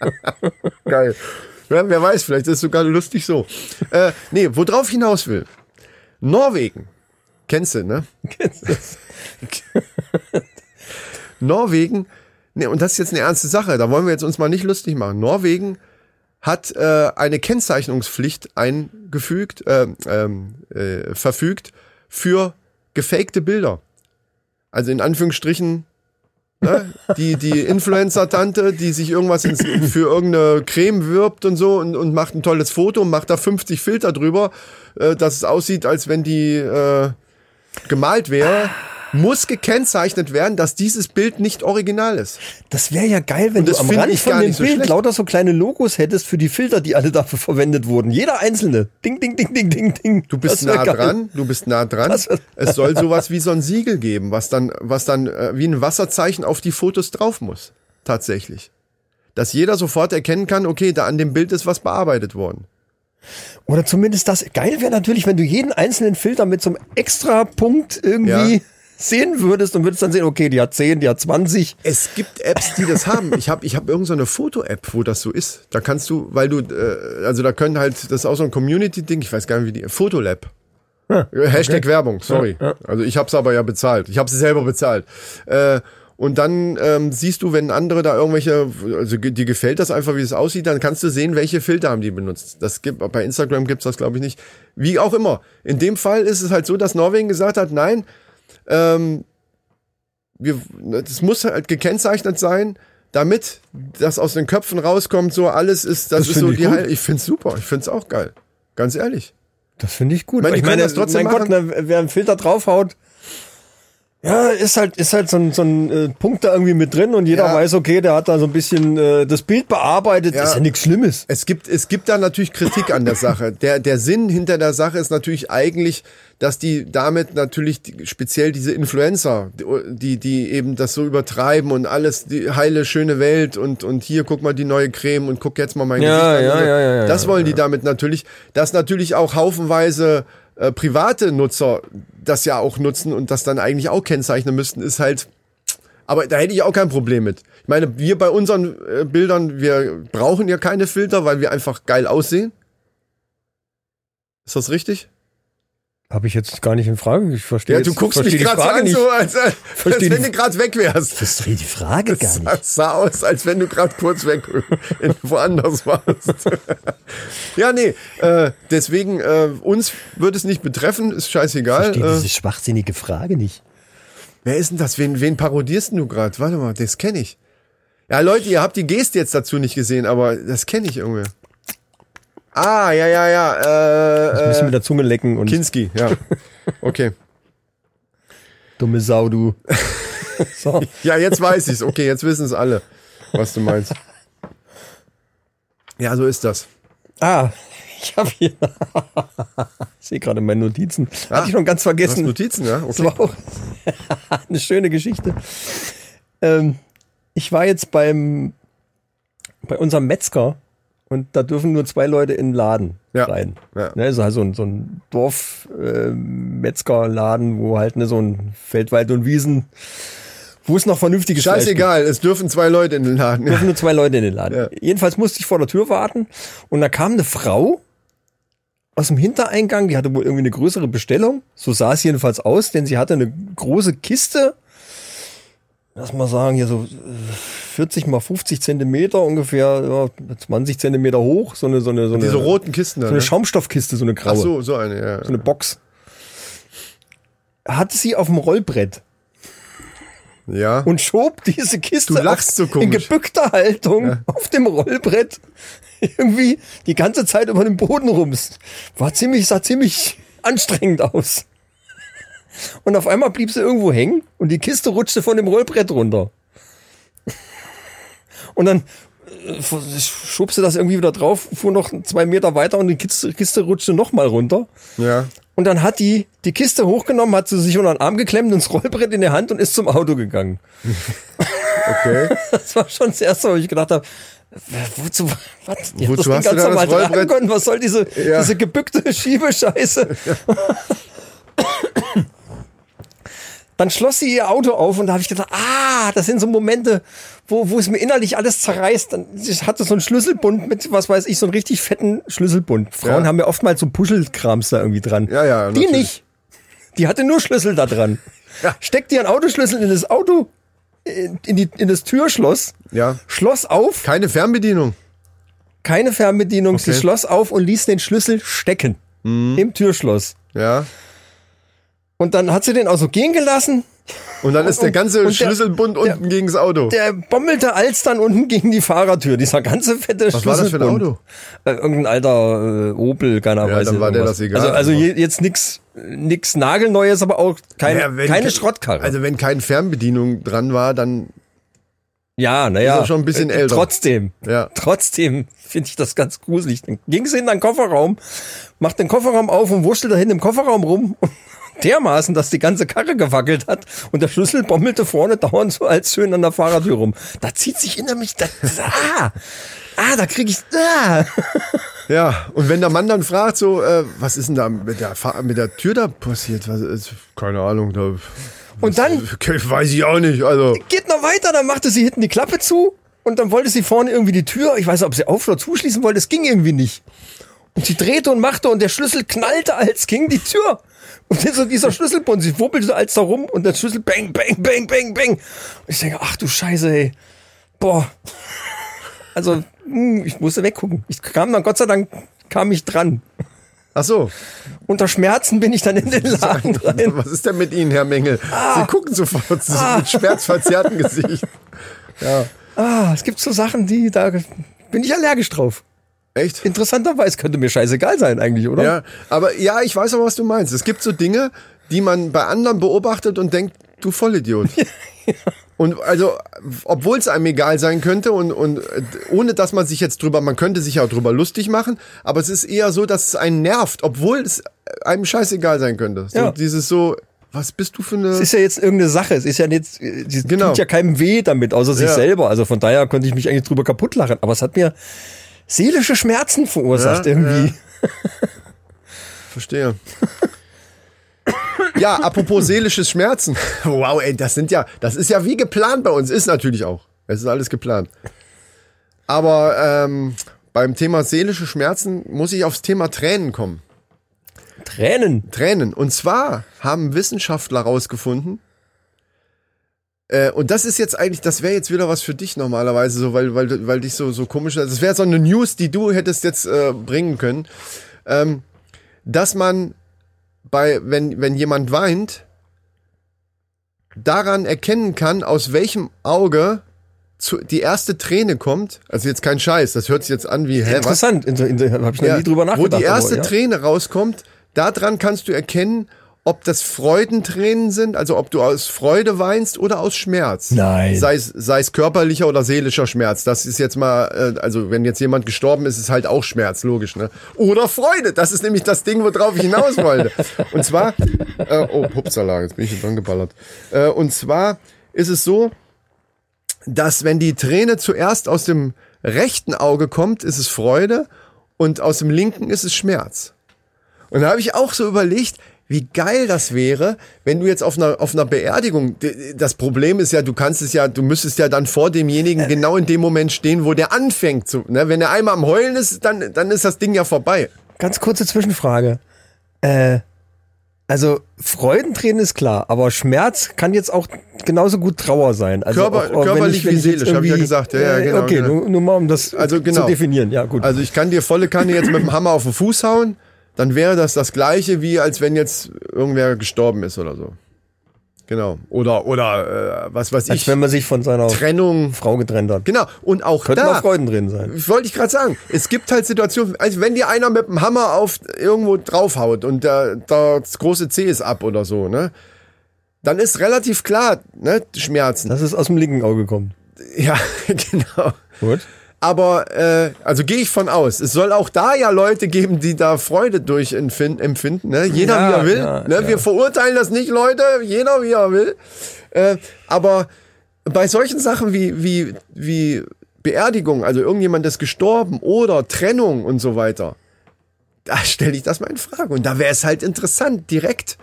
C: Geil. Ja, wer weiß, vielleicht ist es sogar lustig so. Äh, nee, worauf ich hinaus will. Norwegen. Kennst du, ne? Norwegen, ne, und das ist jetzt eine ernste Sache, da wollen wir jetzt uns mal nicht lustig machen. Norwegen hat äh, eine Kennzeichnungspflicht eingefügt, äh, ähm, äh, verfügt für gefakte Bilder. Also in Anführungsstrichen ne, die, die Influencer-Tante, die sich irgendwas ins, für irgendeine Creme wirbt und so und, und macht ein tolles Foto und macht da 50 Filter drüber, äh, dass es aussieht, als wenn die äh, gemalt wäre, muss gekennzeichnet werden, dass dieses Bild nicht original ist.
D: Das wäre ja geil, wenn
C: Und
D: du
C: das
D: am
C: finde
D: Rand
C: ich
D: von
C: gar
D: dem
C: nicht so
D: Bild
C: schlecht.
D: lauter so kleine Logos hättest für die Filter, die alle dafür verwendet wurden. Jeder einzelne. Ding, ding, ding, ding, ding, ding.
C: Du bist nah dran, du bist nah dran.
D: Das wär-
C: Es soll sowas wie so ein Siegel geben, was dann, was dann äh, wie ein Wasserzeichen auf die Fotos drauf muss. Tatsächlich. Dass jeder sofort erkennen kann, okay, da an dem Bild ist was bearbeitet worden.
D: Oder zumindest das. Geil wäre natürlich, wenn du jeden einzelnen Filter mit so einem extra Punkt irgendwie
C: Ja.
D: sehen würdest und würdest dann sehen, okay, die hat 10, die hat 20.
C: Es gibt Apps, die das haben. Ich habe ich hab irgendeine so eine Foto-App, wo das so ist. Da kannst du, weil du, äh, also da können halt, das ist auch so ein Community-Ding, ich weiß gar nicht, wie die, Fotolab. Äh, Hashtag Werbung, sorry. Also ich habe es aber ja bezahlt. Ich habe sie selber bezahlt. Äh, und dann ähm, siehst du, wenn andere da irgendwelche, also ge- dir gefällt das einfach, wie es aussieht, dann kannst du sehen, welche Filter haben die benutzt. Das gibt bei Instagram gibt's das glaube ich nicht. Wie auch immer. In dem Fall ist es halt so, dass Norwegen gesagt hat, nein, ähm, wir, das muss halt gekennzeichnet sein, damit das aus den Köpfen rauskommt, so alles ist, das,
D: Das
C: ist
D: find
C: so
D: ich
C: die
D: gut.
C: Heil Ich find's super, ich find's auch geil. Ganz ehrlich.
D: Das finde ich gut.
C: meine, die
D: ich
C: können das trotzdem
D: mein Gott, ne, wer einen Filter draufhaut, ja, ist halt, ist halt so ein, so ein äh, Punkt da irgendwie mit drin und jeder
C: Ja.
D: weiß, okay, der hat da so ein bisschen äh, das Bild bearbeitet.
C: Ja.
D: Ist ja nichts Schlimmes.
C: Es gibt, es gibt da natürlich Kritik an der Sache. Der, der Sinn hinter der Sache ist natürlich eigentlich, dass die damit natürlich die, speziell diese Influencer, die, die eben das so übertreiben und alles, die heile, schöne Welt und, und hier, guck mal die neue Creme und guck jetzt mal mein
D: Ja,
C: Gesicht an.
D: ja,
C: und so.
D: ja, ja, ja,
C: das wollen die damit natürlich, dass natürlich auch haufenweise äh, private Nutzer das ja auch nutzen und das dann eigentlich auch kennzeichnen müssten, ist halt, aber da hätte ich auch kein Problem mit. Ich meine, wir bei unseren äh, Bildern, wir brauchen ja keine Filter, weil wir einfach geil aussehen. Ist das richtig?
D: Habe ich jetzt gar nicht in Frage. Ich verstehe
C: ja, du guckst mich gerade an, so, als, als
D: Versteh
C: wenn du
D: die-
C: gerade weg wärst.
A: Das dreht die Frage gar nicht.
C: Das sah aus, als wenn du gerade kurz weg in, woanders warst. ja, nee, äh, deswegen, äh, uns würde es nicht betreffen, ist
A: Ich
C: scheißegal.
A: verstehe
C: Äh,
A: diese schwachsinnige Frage nicht.
C: Wer ist denn das? Wen, wen parodierst denn du gerade? Warte mal, das kenne ich. Ja, Leute, ihr habt die Geste jetzt dazu nicht gesehen, aber das kenne ich irgendwie. Ah, ja, ja,
D: Ein
C: ja. Äh,
D: bisschen
C: äh,
D: mit der Zunge lecken und
C: Kinski, ja. Okay.
D: dumme Sau, du. so.
C: Ja, jetzt weiß ich's. Okay, jetzt wissen es alle, was du meinst. Ja, so ist das.
D: Ah, ich habe hier. ich sehe gerade meine Notizen.
C: Ah.
D: Hatte ich noch ganz
C: Du hast
D: vergessen.
C: Notizen, ja?
D: Das
C: Okay.
D: war auch eine schöne Geschichte. Ähm, ich war jetzt beim bei unserem Metzger und da dürfen nur zwei Leute in den Laden
C: Ja.
D: rein.
C: Ja.
D: Ne, ist halt so ein, so ein Dorf-Metzgerladen, wo halt ne, so ein Feldwald und Wiesen, wo es noch vernünftiges Fleisch gibt
C: Scheißegal, es dürfen zwei Leute in den Laden. Ja.
D: dürfen nur zwei Leute in den Laden.
C: Ja.
D: Jedenfalls musste ich vor der Tür warten und da kam eine Frau aus dem Hintereingang, die hatte wohl irgendwie eine größere Bestellung. So sah es jedenfalls aus, denn sie hatte eine große Kiste lass mal sagen, hier so äh, 40 mal 50 Zentimeter ungefähr, ja, 20 Zentimeter hoch, so eine, so eine, so eine,
C: Diese roten Kisten.
D: so
C: da,
D: eine
C: ne?
D: Schaumstoffkiste, so eine
C: Ach
D: graue, so
C: so, so eine, ja.
D: eine Box. Hatte sie auf dem Rollbrett
C: Ja.
D: und schob diese Kiste
C: Du lachst
D: auf,
C: so
D: in
C: komisch.
D: gebückter Haltung auf dem Rollbrett irgendwie die ganze Zeit über den Boden rums. War ziemlich, sah ziemlich anstrengend aus. Und auf einmal blieb sie irgendwo hängen und die Kiste rutschte von dem Rollbrett runter. Und dann äh, schob sie das irgendwie wieder drauf, fuhr noch zwei Meter weiter und die Kiste, Kiste rutschte nochmal runter.
C: ja.
D: Und dann hat die die Kiste hochgenommen, hat sie sich unter den Arm geklemmt, ins Rollbrett in der Hand und ist zum Auto gegangen.
C: Okay.
D: Das war schon das erste, wo ich gedacht habe, wozu, was, die
C: Wozu
D: hat das
C: hast du
D: Ding ganz
C: da das
D: normal tragen
C: Rollbrett?
D: können, was soll diese,
C: Ja.
D: diese gebückte Schiebescheiße? Dann schloss sie ihr Auto auf und da habe ich gedacht, ah, das sind so Momente, wo, wo es mir innerlich alles zerreißt. Dann ich hatte so einen Schlüsselbund mit, was weiß ich, so einen richtig fetten Schlüsselbund. Frauen
C: Ja.
D: haben ja oftmals so Puschelkrams da irgendwie dran.
C: Ja, ja,
D: Die
C: natürlich.
D: nicht. Die hatte nur Schlüssel da dran.
C: Ja.
D: Steckt dir einen Autoschlüssel in das Auto, in, in die, in das Türschloss,
C: Ja.
D: schloss auf,
C: Keine Fernbedienung.
D: keine Fernbedienung, sie
C: Okay. Mhm.
D: schloss auf und ließ den Schlüssel stecken. Im Türschloss.
C: Ja.
D: Und dann hat sie den auch so gehen gelassen.
C: Und dann ist der ganze
D: und der-
C: Schlüsselbund
D: der-
C: unten gegen das Auto.
D: Der bommelte als dann unten gegen die Fahrertür. Dieser ganze fette
C: Was war das für ein
D: Schlüsselbund.
C: Auto?
D: Äh, irgendein alter äh, Opel, keiner
C: Ja,
D: weiß.
C: dann war der
D: irgendwas.
C: das egal.
D: Also, also je, jetzt nix, nix nagelneues, aber auch keine,
C: Ja, wenn-
D: keine Schrottkarre.
C: Also wenn keine Fernbedienung dran war, dann
D: Ja, naja.
C: Ist er schon ein bisschen
D: Äh,
C: älter.
D: Trotzdem.
C: Ja.
D: Trotzdem finde ich das ganz gruselig. Dann ging sie in den Kofferraum, macht den Kofferraum auf und wurschtelt da hinten im Kofferraum rum. Dermaßen, dass die ganze Karre gewackelt hat und der Schlüssel bommelte vorne dauernd so als schön an der Fahrertür rum. Da zieht sich hinter mich, da, ah, ah, da krieg ich, ah.
C: Ja, und wenn der Mann dann fragt, so, äh, was ist denn da mit der, Fa- mit der Tür da passiert? Was, ist, keine Ahnung. Da,
D: Und dann
C: okay, weiß ich auch nicht. Also,
D: geht noch weiter, dann machte sie hinten die Klappe zu und dann wollte sie vorne irgendwie die Tür, ich weiß nicht, ob sie auf oder zuschließen wollte, es ging irgendwie nicht. Und sie drehte und machte und der Schlüssel knallte, als ging die Tür. Und dieser, dieser Schlüsselbund, sie wuppelte so als da rum und der Schlüssel bang, bang, bang, bang, bang. Und ich denke, ach du Scheiße, ey. Boah. Also, hm, ich musste weggucken. Ich kam dann, Gott sei Dank, kam ich dran.
C: ach so,
D: Unter Schmerzen bin ich dann in den Laden rein.
C: was ist denn mit Ihnen, Herr Mengel? Sie gucken sofort Sie sind mit schmerzverzerrtem Gesicht.
D: Ah, es gibt so Sachen, die, da bin ich allergisch drauf.
C: Echt?
D: Interessanterweise könnte mir scheißegal sein eigentlich, oder?
C: Ja, aber ja, ich weiß aber, was du meinst. Es gibt so Dinge, die man bei anderen beobachtet und denkt, du Vollidiot. Und also, obwohl es einem egal sein könnte und, und äh, ohne dass man sich jetzt drüber, man könnte sich ja auch drüber lustig machen, aber es ist eher so, dass es einen nervt, obwohl es einem scheißegal sein könnte. So
D: Ja.
C: dieses so, was bist du für eine.
D: Es ist ja jetzt irgendeine Sache. Es ist ja jetzt, sie
C: Genau.
D: tut ja keinem weh damit, außer sich
C: Ja.
D: selber. Also von daher konnte ich mich eigentlich drüber kaputt lachen. Aber es hat mir seelische Schmerzen verursacht
C: Ja,
D: irgendwie.
C: Verstehe. ja, apropos seelisches Schmerzen. Wow, ey, das sind ja, das ist ja wie geplant bei uns. Ist natürlich auch. Es ist alles geplant. Aber ähm, beim Thema seelische Schmerzen muss ich aufs Thema Tränen kommen.
D: Tränen.
C: Tränen. Und zwar haben Wissenschaftler rausgefunden, äh, und das ist jetzt eigentlich, das wäre jetzt wieder was für dich normalerweise, so, weil, weil, du- weil dich so, so komisch, also das wäre so eine News, die du hättest jetzt äh, bringen können, ähm, dass man bei, wenn, wenn jemand weint, daran erkennen kann, aus welchem Auge zu, die erste Träne kommt. Also jetzt kein Scheiß, das hört sich jetzt an wie, hä, was?
D: Interessant. In, in, hab ich noch
C: Ja,
D: nie drüber nachgedacht.
C: Wo die erste
D: aber, ja.
C: Träne rauskommt, daran kannst du erkennen, ob das Freudentränen sind, also ob du aus Freude weinst oder aus Schmerz.
D: Nein.
C: Sei es, sei es körperlicher oder seelischer Schmerz. Das ist jetzt mal, äh, also wenn jetzt jemand gestorben ist, ist halt auch Schmerz, logisch, ne? Oder Freude. Das ist nämlich das Ding, worauf ich hinaus wollte. und zwar, äh, oh, Pupsala, jetzt bin ich hier dran geballert. Äh, und zwar ist es so, dass wenn die Träne zuerst aus dem rechten Auge kommt, ist es Freude und aus dem linken ist es Schmerz. Und da habe ich auch so überlegt, wie geil das wäre, wenn du jetzt auf einer, auf einer Beerdigung, d- das Problem ist ja, du kannst es ja, du müsstest ja dann vor demjenigen genau in dem Moment stehen, wo der anfängt zu, ne? wenn er einmal am Heulen ist, dann, dann ist das Ding ja vorbei.
D: Ganz kurze Zwischenfrage. Äh, Also Freudentränen ist klar, aber Schmerz kann jetzt auch genauso gut Trauer sein. Also
C: Körper-
D: auch, auch
C: körperlich
D: wenn
C: wie
D: ich, wenn ich jetzt
C: seelisch, hab ich ja
D: irgendwie-
C: gesagt. Ja, ja,
D: äh,
C: genau,
D: okay,
C: genau.
D: Nur, nur mal um das
C: Also genau.
D: zu definieren. Ja, gut.
C: Also ich kann dir volle Kanne jetzt mit dem Hammer auf den Fuß hauen, dann wäre das das gleiche, wie als wenn jetzt irgendwer gestorben ist oder so. Genau. Oder, oder äh, was weiß
D: Als
C: ich,
D: wenn man sich von seiner
C: Trennung.
D: Frau getrennt hat.
C: Genau. Und auch
D: Könnten
C: da
D: auch Freudentränen sein.
C: wollte ich gerade sagen, es gibt halt Situationen, also wenn dir einer mit dem Hammer auf irgendwo draufhaut und der, der das große C ist ab oder so, ne? Dann ist relativ klar, ne, Schmerzen.
D: Das ist aus dem linken Auge gekommen.
C: Ja, genau.
D: Gut.
C: Aber, äh, also gehe ich von aus. Es soll auch da ja Leute geben, die da Freude durch empfinden. empfinden ne? Jeder
D: Ja,
C: wie er will.
D: ja,
C: ne?
D: ja.
C: Wir verurteilen das nicht, Leute. Jeder wie er will. Äh, aber bei solchen Sachen wie, wie, wie Beerdigung, also irgendjemand ist gestorben oder Trennung und so weiter, da stelle ich das mal in Frage. Und da wäre es halt interessant, direkt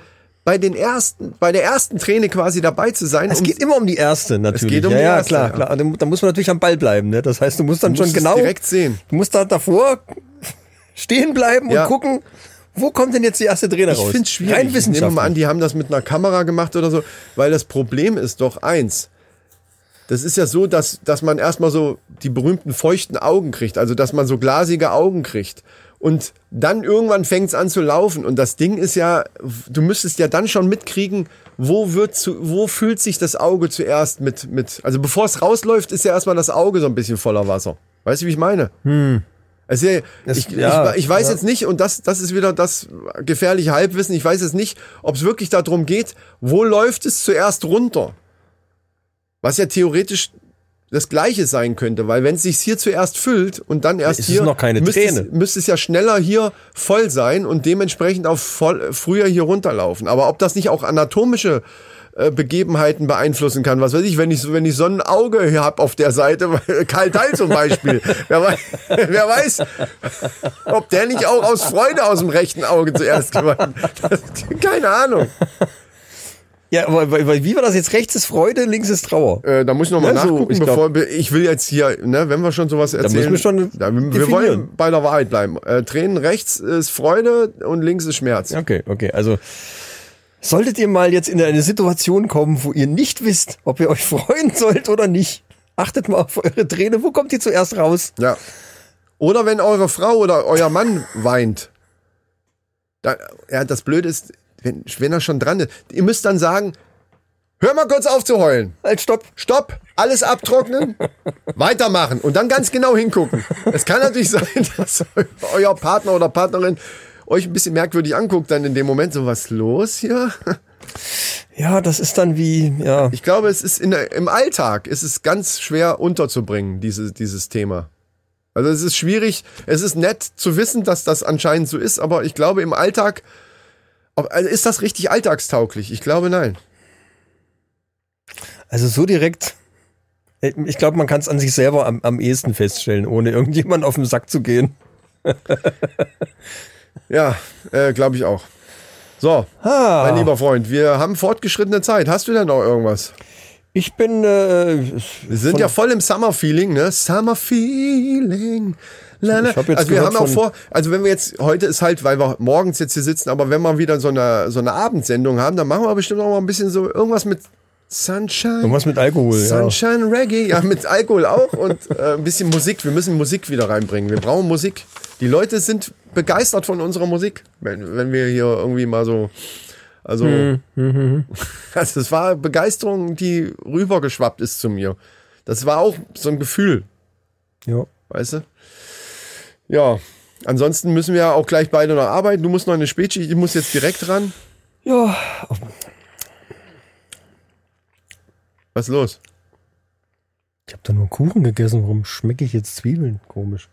C: bei den ersten, bei der ersten Träne quasi dabei zu sein.
D: Es
C: um-
D: geht immer um die erste natürlich.
C: geht um
D: ja,
C: die
D: ja,
C: erste,
D: klar,
C: ja.
D: klar. Und Da muss man natürlich am Ball bleiben. Ne? Das heißt, du musst dann
C: musst
D: schon
C: es
D: genau
C: direkt sehen.
D: Du musst da davor stehen bleiben
C: Ja.
D: und gucken, wo kommt denn jetzt die erste Träne raus?
C: Ich finde es schwierig.
D: Rein
C: ich nehme mal
D: wissenschaftlich.
C: an, die haben das mit einer Kamera gemacht oder so, weil das Problem ist doch eins. Das ist ja so, dass, dass man erstmal so die berühmten feuchten Augen kriegt, also dass man so glasige Augen kriegt. Und dann irgendwann fängt es an zu laufen. Und das Ding ist ja, du müsstest ja dann schon mitkriegen, wo wird zu, wo fühlt sich das Auge zuerst mit, mit. Also bevor es rausläuft, ist ja erstmal das Auge so ein bisschen voller Wasser. Weißt du, wie ich meine? Also, ich,
D: Das-
C: ich,
D: ja,
C: ich, ich weiß
D: ja.
C: jetzt nicht, und das, das ist wieder das gefährliche Halbwissen, ich weiß jetzt nicht, ob es wirklich darum geht, wo läuft es zuerst runter? Was ja theoretisch das Gleiche sein könnte, weil wenn es sich hier zuerst füllt und dann erst
D: Ist es
C: hier,
D: noch keine
C: müsste, es,
D: Träne.
C: müsste es ja schneller hier voll sein und dementsprechend auch voll, früher hier runterlaufen. Aber ob das nicht auch anatomische äh, Begebenheiten beeinflussen kann. Was weiß ich, wenn ich so, wenn ich so ein Auge hier hab auf der Seite, weil- Karl Teil zum Beispiel. wer, weiß, wer weiß, ob der nicht auch aus Freude aus dem rechten Auge zuerst gewandt. Das- Keine Ahnung.
D: Ja, aber aber- aber wie war das jetzt? Rechts ist Freude, links ist Trauer.
C: Äh, da muss ich nochmal
D: Ja, so,
C: nachgucken,
D: ich glaub-
C: bevor ich will jetzt hier, ne, wenn wir schon sowas erzählen.
D: müssen wir schon
C: da, wir
D: definieren.
C: wollen bei der Wahrheit bleiben. Äh, Tränen rechts ist Freude und links ist Schmerz.
D: Okay, okay. Also solltet ihr mal jetzt in eine Situation kommen, wo ihr nicht wisst, ob ihr euch freuen sollt oder nicht, achtet mal auf eure Träne. Wo kommt die zuerst raus?
C: Ja. Oder wenn eure Frau oder euer Mann weint. Da, ja, das Blöde ist, wenn, wenn er schon dran ist, ihr müsst dann sagen, hör mal kurz auf zu heulen.
D: Halt, stopp.
C: Stopp, alles abtrocknen, weitermachen und dann ganz genau hingucken. Es kann natürlich sein, dass euer Partner oder Partnerin euch ein bisschen merkwürdig anguckt, dann in dem Moment so, was los hier?
D: Ja, das ist dann wie, ja.
C: Ich glaube, es ist in der, im Alltag ist es ganz schwer unterzubringen, diese, dieses Thema. Also es ist schwierig, es ist nett zu wissen, dass das anscheinend so ist, aber ich glaube im Alltag, ob- also ist das richtig alltagstauglich? Ich glaube nein.
D: Also so direkt. äh, Ich glaube, man kann es an sich selber am, am ehesten feststellen, ohne irgendjemand auf den Sack zu gehen.
C: Ja, äh, glaube ich auch. So, mein lieber Freund, wir haben fortgeschrittene Zeit. Hast du denn noch irgendwas?
D: Ich bin äh,
C: Wir sind
D: Von-
C: ja voll im Summer Feeling, ne? Summer Feeling. La, la.
D: Ich hab jetzt
C: also wir
D: gehört
C: haben auch
D: von-
C: vor, also wenn wir jetzt heute ist halt, weil wir morgens jetzt hier sitzen, aber wenn wir wieder so eine so eine Abendsendung haben, dann machen wir bestimmt auch mal ein bisschen so irgendwas mit Sunshine.
D: irgendwas mit Alkohol. Ja.
C: Sunshine Reggae, ja, mit Alkohol auch und äh, ein bisschen Musik. Wir müssen Musik wieder reinbringen. Wir brauchen Musik. Die Leute sind begeistert von unserer Musik, wenn, wenn wir hier irgendwie mal so. Also, also, es war Begeisterung, die rübergeschwappt ist zu mir. Das war auch so ein Gefühl,
D: Ja.
C: weißt du? Ja. Ansonsten müssen wir ja auch gleich beide noch arbeiten. Du musst noch eine Spätschicht, ich muss jetzt direkt ran.
D: ja.
C: Was ist los?
D: Ich habe da nur Kuchen gegessen. Warum schmecke ich jetzt Zwiebeln? Komisch.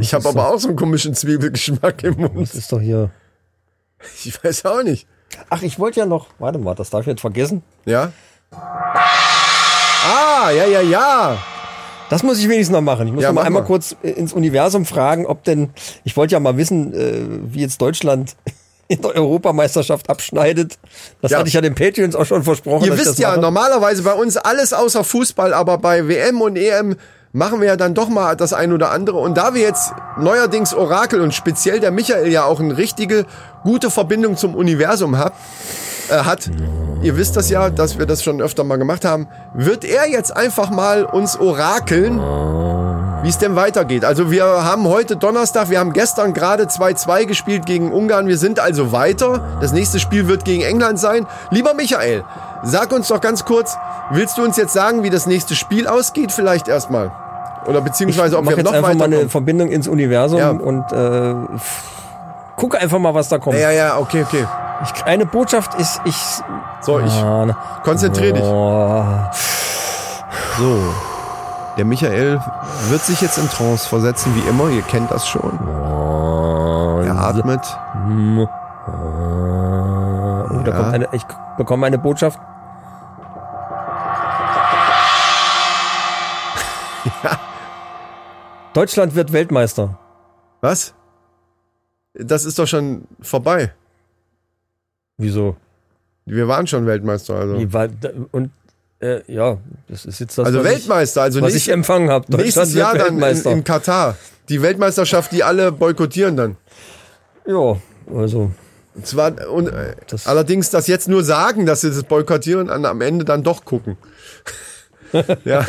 C: Ich habe aber auch so einen komischen Zwiebelgeschmack im Mund.
D: Das ist doch hier.
C: Ich weiß auch nicht.
D: Ach, ich wollte ja noch. Warte mal, das darf ich jetzt vergessen.
C: Ja? Ah, ja, ja, ja.
D: Das muss ich wenigstens noch machen. Ich muss
C: Ja,
D: noch mal
C: mach
D: einmal
C: mal.
D: kurz äh, ins Universum fragen, ob denn, ich wollte ja mal wissen, äh, wie jetzt Deutschland in der Europameisterschaft abschneidet. Das
C: Ja.
D: hatte ich ja den Patreons auch schon versprochen.
C: Ihr
D: dass ich
C: wisst
D: das
C: ja,
D: mache.
C: normalerweise bei uns alles außer Fußball, aber bei WM und EM machen wir ja dann doch mal das ein oder andere. Und da wir jetzt neuerdings Orakel und speziell der Michael ja auch eine richtige gute Verbindung zum Universum hat, äh, hat, ihr wisst das ja, dass wir das schon öfter mal gemacht haben, wird er jetzt einfach mal uns orakeln, wie es denn weitergeht. Also wir haben heute Donnerstag, wir haben gestern gerade 2-2 gespielt gegen Ungarn, wir sind also weiter. Das nächste Spiel wird gegen England sein. Lieber Michael, sag uns doch ganz kurz, willst du uns jetzt sagen, wie das nächste Spiel ausgeht vielleicht erstmal? Oder beziehungsweise ob
D: Mach
C: wir
D: jetzt
C: noch
D: einfach mal eine
C: weiterkommen?
D: Verbindung ins Universum
C: Ja.
D: und äh, pff, gucke einfach mal, was da kommt.
C: Ja, ja, okay, okay.
D: Ich, eine Botschaft ist, ich...
C: So, ich
D: Ah, ne.
C: konzentriere dich.
D: Boah.
C: So. Der Michael wird sich jetzt in Trance versetzen, wie immer. Ihr kennt das schon. Er atmet.
D: Oh, da
C: Ja.
D: kommt eine, ich bekomme eine Botschaft. Deutschland wird Weltmeister.
C: Was? Das ist doch schon vorbei.
D: Wieso?
C: Wir waren schon Weltmeister. Also,
D: Wie, weil, da- und äh, ja, das ist jetzt das,
C: also
D: was,
C: Weltmeister. Also
D: ich, was
C: nächst-
D: ich empfangen habe.
C: nächstes
D: Deutschland
C: Jahr
D: wird
C: dann in,
D: Weltmeister.
C: in Katar. Die Weltmeisterschaft, die alle boykottieren dann.
D: ja, also
C: Zwar, und, äh,
D: Das-
C: allerdings das jetzt nur sagen, dass sie das boykottieren und am Ende dann doch gucken. ja.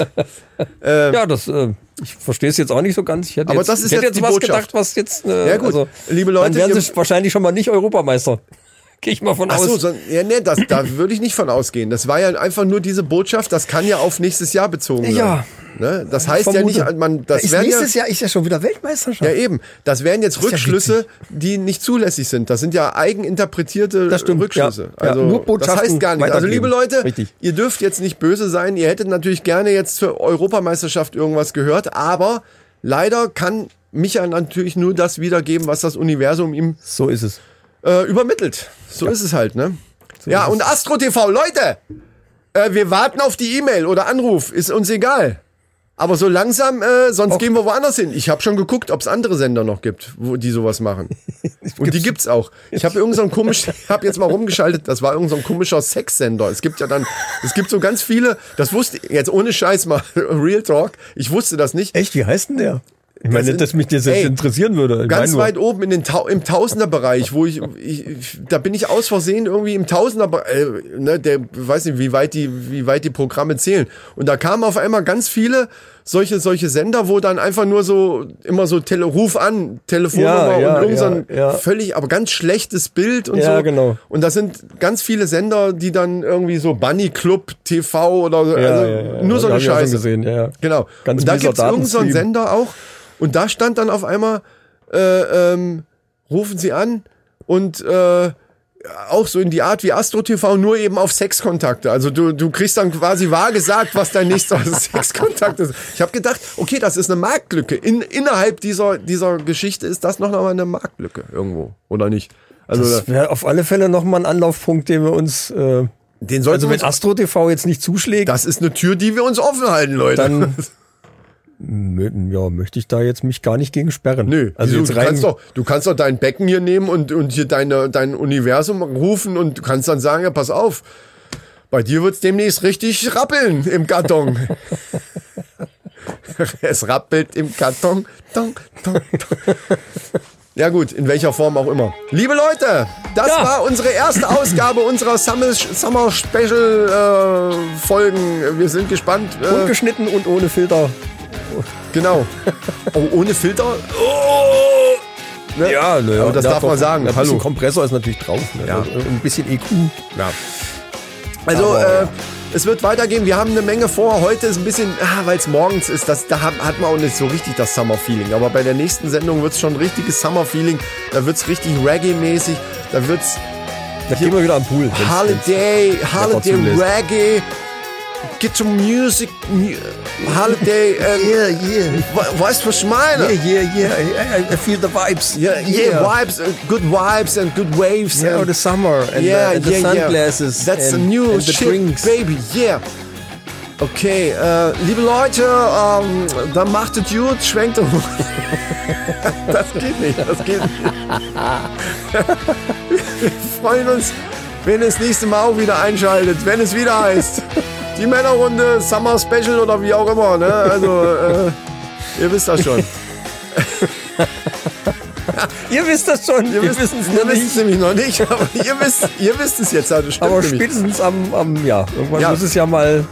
D: ja, das. Äh, ich verstehe es jetzt auch nicht so ganz. Ich hätte
C: Aber
D: jetzt,
C: das ist
D: ich hätte
C: jetzt
D: jetzt,
C: die
D: was
C: Botschaft.
D: gedacht, was jetzt. Äh,
C: Ja, gut.
D: Also,
C: Liebe
D: dann
C: Leute,
D: werden
C: ihr-
D: sie wahrscheinlich schon mal nicht Europameister. Gehe ich mal von
C: Ach
D: aus.
C: so, so, ja, nee, das, da würde ich nicht von ausgehen. Das war ja einfach nur diese Botschaft, das kann ja auf nächstes Jahr bezogen sein.
D: Ja.
C: Ne? Das heißt ja
D: Vermute.
C: nicht, man, das
D: ist
C: wären ja,
D: nächstes Jahr ist ja schon wieder Weltmeisterschaft.
C: ja eben, das wären jetzt
D: ist ja
C: Rückschlüsse, die nicht zulässig sind. Das sind ja eigeninterpretierte
D: Das stimmt,
C: Rückschlüsse.
D: ja. Ja,
C: Also
D: nur Botschaften
C: das heißt gar nicht. Also
D: weitergeben.
C: liebe Leute,
D: Richtig.
C: ihr dürft jetzt nicht böse sein. Ihr hättet natürlich gerne jetzt zur Europameisterschaft irgendwas gehört, aber leider kann Michael natürlich nur das wiedergeben, was das Universum ihm
D: so ist es.
C: äh, übermittelt. So ist es halt, ne? ja, und Astro TV, Leute, äh, wir warten auf die E-Mail oder Anruf, ist uns egal. Aber so langsam, äh, sonst gehen wir woanders hin. Ich habe schon geguckt, ob es andere Sender noch gibt, wo die sowas machen. Und die gibt's auch. Ich habe irgendeinen komisch, ich habe jetzt mal rumgeschaltet, das war irgendein komischer Sexsender. Es gibt ja dann, es gibt so ganz viele, das wusste jetzt ohne Scheiß mal Real Talk, ich wusste das nicht.
D: Echt, wie heißt denn der? Ich meine,
C: sind-
D: dass mich das jetzt
C: Ey,
D: interessieren würde. Ich
C: Ganz
D: meine nur-
C: weit oben in den Tau im Tausenderbereich, wo ich, ich, ich, da bin ich aus Versehen irgendwie im Tausenderbereich, äh, ne, der weiß nicht, wie weit die, wie weit die Programme zählen. Und da kamen auf einmal ganz viele solche, solche Sender, wo dann einfach nur so immer so Tele Ruf an, Telefonnummer
D: Ja, ja,
C: und irgend so ein
D: ja, ja.
C: völlig, aber ganz schlechtes Bild und
D: Ja,
C: so.
D: genau.
C: Und das sind ganz viele Sender, die dann irgendwie so Bunny Club TV oder so,
D: Ja,
C: also
D: ja, ja.
C: nur so
D: Hab
C: eine
D: ich auch schon
C: Scheiße.
D: Gesehen. Ja, ja.
C: Genau.
D: Ganz
C: und da
D: mieser
C: gibt es irgendeinen
D: Datenstream.
C: Sender auch. Und da stand dann auf einmal, äh, ähm, rufen Sie an und äh, auch so in die Art wie Astro TV, nur eben auf Sexkontakte. Also du, du kriegst dann quasi wahrgesagt, was dein nächster Sexkontakt ist. Ich habe gedacht, okay, das ist eine Marktlücke. In, innerhalb dieser, dieser Geschichte ist das noch mal eine Marktlücke irgendwo, oder nicht? Also
D: Das wäre auf alle Fälle nochmal ein Anlaufpunkt, den wir uns. Äh,
C: den sollten
D: also,
C: wir
D: wenn
C: uns-
D: Astro TV jetzt nicht zuschlägt,
C: das ist eine Tür, die wir uns offen halten, Leute.
D: dann. Mö- Ja, möchte ich da jetzt mich gar nicht gegen sperren.
C: Nö,
D: also
C: also
D: jetzt
C: du,
D: rein.
C: kannst doch, du kannst doch dein Becken hier nehmen und, und hier deine, dein Universum rufen und du kannst dann sagen, ja, pass auf, bei dir wird's demnächst richtig rappeln im Karton. es rappelt im Karton. Dong, dong, dong. Ja gut, in welcher Form auch immer. Liebe Leute, das
D: Ja.
C: war unsere erste Ausgabe unserer Summer, Summer Special äh, Folgen. Wir sind gespannt. Äh,
D: Ungeschnitten und ohne Filter.
C: genau. Oh, ohne Filter? Ne?
D: Ja, ne,
C: Aber das darf man sagen.
D: Ein
C: Hallo.
D: bisschen Kompressor ist natürlich drauf. Ne?
C: Ja.
D: Also, Ein bisschen EQ.
C: Ja. Also,
D: Aber-
C: äh, es wird weitergehen. Wir haben eine Menge vor. Heute ist ein bisschen, ah, weil es morgens ist, das, da hat, hat man auch nicht so richtig das Summer-Feeling. Aber bei der nächsten Sendung wird es schon ein richtiges Summer-Feeling. Da wird es richtig Reggae-mäßig. Da wird es
D: Da gehen wir wieder am Pool. wenn's-
C: Holiday, Holiday
D: zulässt.
C: Reggae. Get some music, mu Holiday. Ähm,
D: Yeah, yeah.
C: we- Weißt du, was ich meine?
D: Yeah, yeah, yeah. I, I- I feel the vibes.
C: Yeah, yeah, vibes, uh, good vibes and good waves.
D: Yeah,
C: and
D: the summer and,
C: yeah,
D: the, and the
C: yeah,
D: sunglasses.
C: Yeah. That's
D: and,
C: the new
D: and the
C: shit,
D: drinks.
C: baby. Yeah. Okay, äh, liebe Leute, ähm, dann macht es gut, schwenkt um. das geht nicht, das geht nicht. Wir freuen uns, wenn ihr das nächste Mal auch wieder einschaltet, wenn es wieder heißt. die Männerrunde, Summer Special oder wie auch immer. Ne? Also, äh, ihr wisst das schon.
D: Ihr wisst das schon, wir
C: wisst-
D: wissen es
C: ihr
D: nur
C: wisst es
D: nicht.
C: nämlich noch nicht, aber ihr wisst, ihr wisst es jetzt. Also stimmt
D: Aber
C: nämlich.
D: spätestens am, am ja, irgendwann
C: Ja.
D: muss es ja mal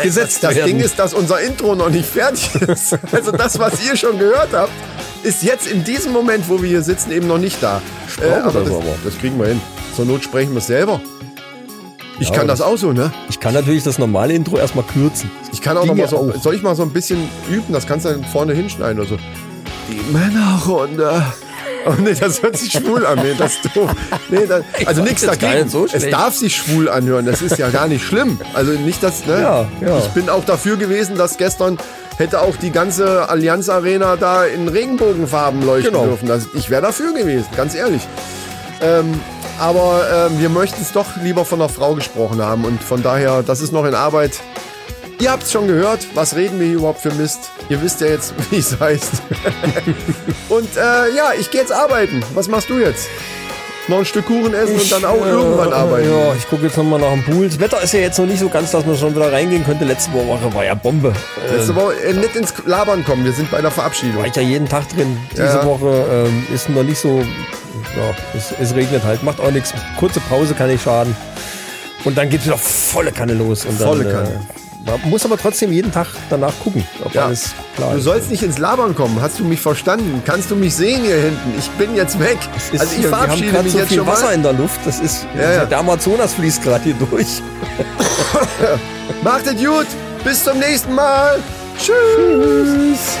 D: gesetzt
C: das, das
D: werden.
C: Ding ist, dass unser Intro noch nicht fertig ist. Also das, was ihr schon gehört habt, ist jetzt in diesem Moment, wo wir hier sitzen, eben noch nicht da. Äh,
D: brauchen
C: aber
D: das
C: das,
D: aber.
C: das kriegen wir hin. Zur Not sprechen wir es selber. Ich kann das auch so, ne?
D: ich kann natürlich das normale Intro erstmal kürzen.
C: Ich kann auch
D: Ging
C: noch mal
D: ja
C: so,
D: auch.
C: soll ich mal so ein bisschen üben? Das kannst du dann vorne hinschneiden oder so. Die Männerrunde. Oh nee, das hört sich schwul an, nee, das ist doof. Nee, das, also
D: fand
C: nichts
D: das gar
C: dagegen.
D: nicht so
C: es
D: schlecht.
C: darf sich schwul anhören, das ist ja gar nicht schlimm. Also nicht, dass, ne?
D: Ja, ja.
C: Ich bin auch dafür gewesen, dass gestern hätte auch die ganze Allianz Arena da in Regenbogenfarben leuchten
D: Genau.
C: dürfen. Also ich wäre dafür gewesen, ganz ehrlich. Ähm, aber ähm, wir möchten es doch lieber von einer Frau gesprochen haben und von daher, das ist noch in Arbeit. Ihr habt's schon gehört, was reden wir hier überhaupt für Mist? Ihr wisst ja jetzt, wie es heißt. und äh, ja, ich gehe jetzt arbeiten. Was machst du jetzt? Noch ein Stück Kuchen essen und dann auch
D: äh,
C: irgendwann arbeiten.
D: Ja, ich gucke jetzt nochmal nach dem Pool. Das Wetter ist ja jetzt noch nicht so ganz, dass man schon wieder reingehen könnte. Letzte Woche war ja Bombe. Äh,
C: Letzte Woche äh, nicht ins Labern kommen, wir sind bei der Verabschiedung.
D: war ich ja jeden Tag drin. Diese
C: Ja.
D: Woche ähm, ist noch nicht so. Ja, es, es regnet halt, macht auch nichts. Kurze Pause kann nicht schaden. Und dann geht's wieder volle Kanne los. Und dann,
C: Volle Kanne.
D: Äh, man muss aber trotzdem jeden Tag danach gucken, ob
C: Ja.
D: alles klar
C: Du
D: ist.
C: sollst nicht ins Labern kommen, hast du mich verstanden? Kannst du mich sehen hier hinten? Ich bin jetzt weg.
D: Es ist
C: Also ich
D: hier- wir haben
C: verabschiede
D: grad
C: mich
D: so
C: jetzt
D: viel
C: schon
D: Wasser
C: mal.
D: in der Luft. Das ist
C: Ja, ja.
D: der Amazonas fließt gerade hier durch.
C: Macht es gut, bis zum nächsten Mal. Tschüss.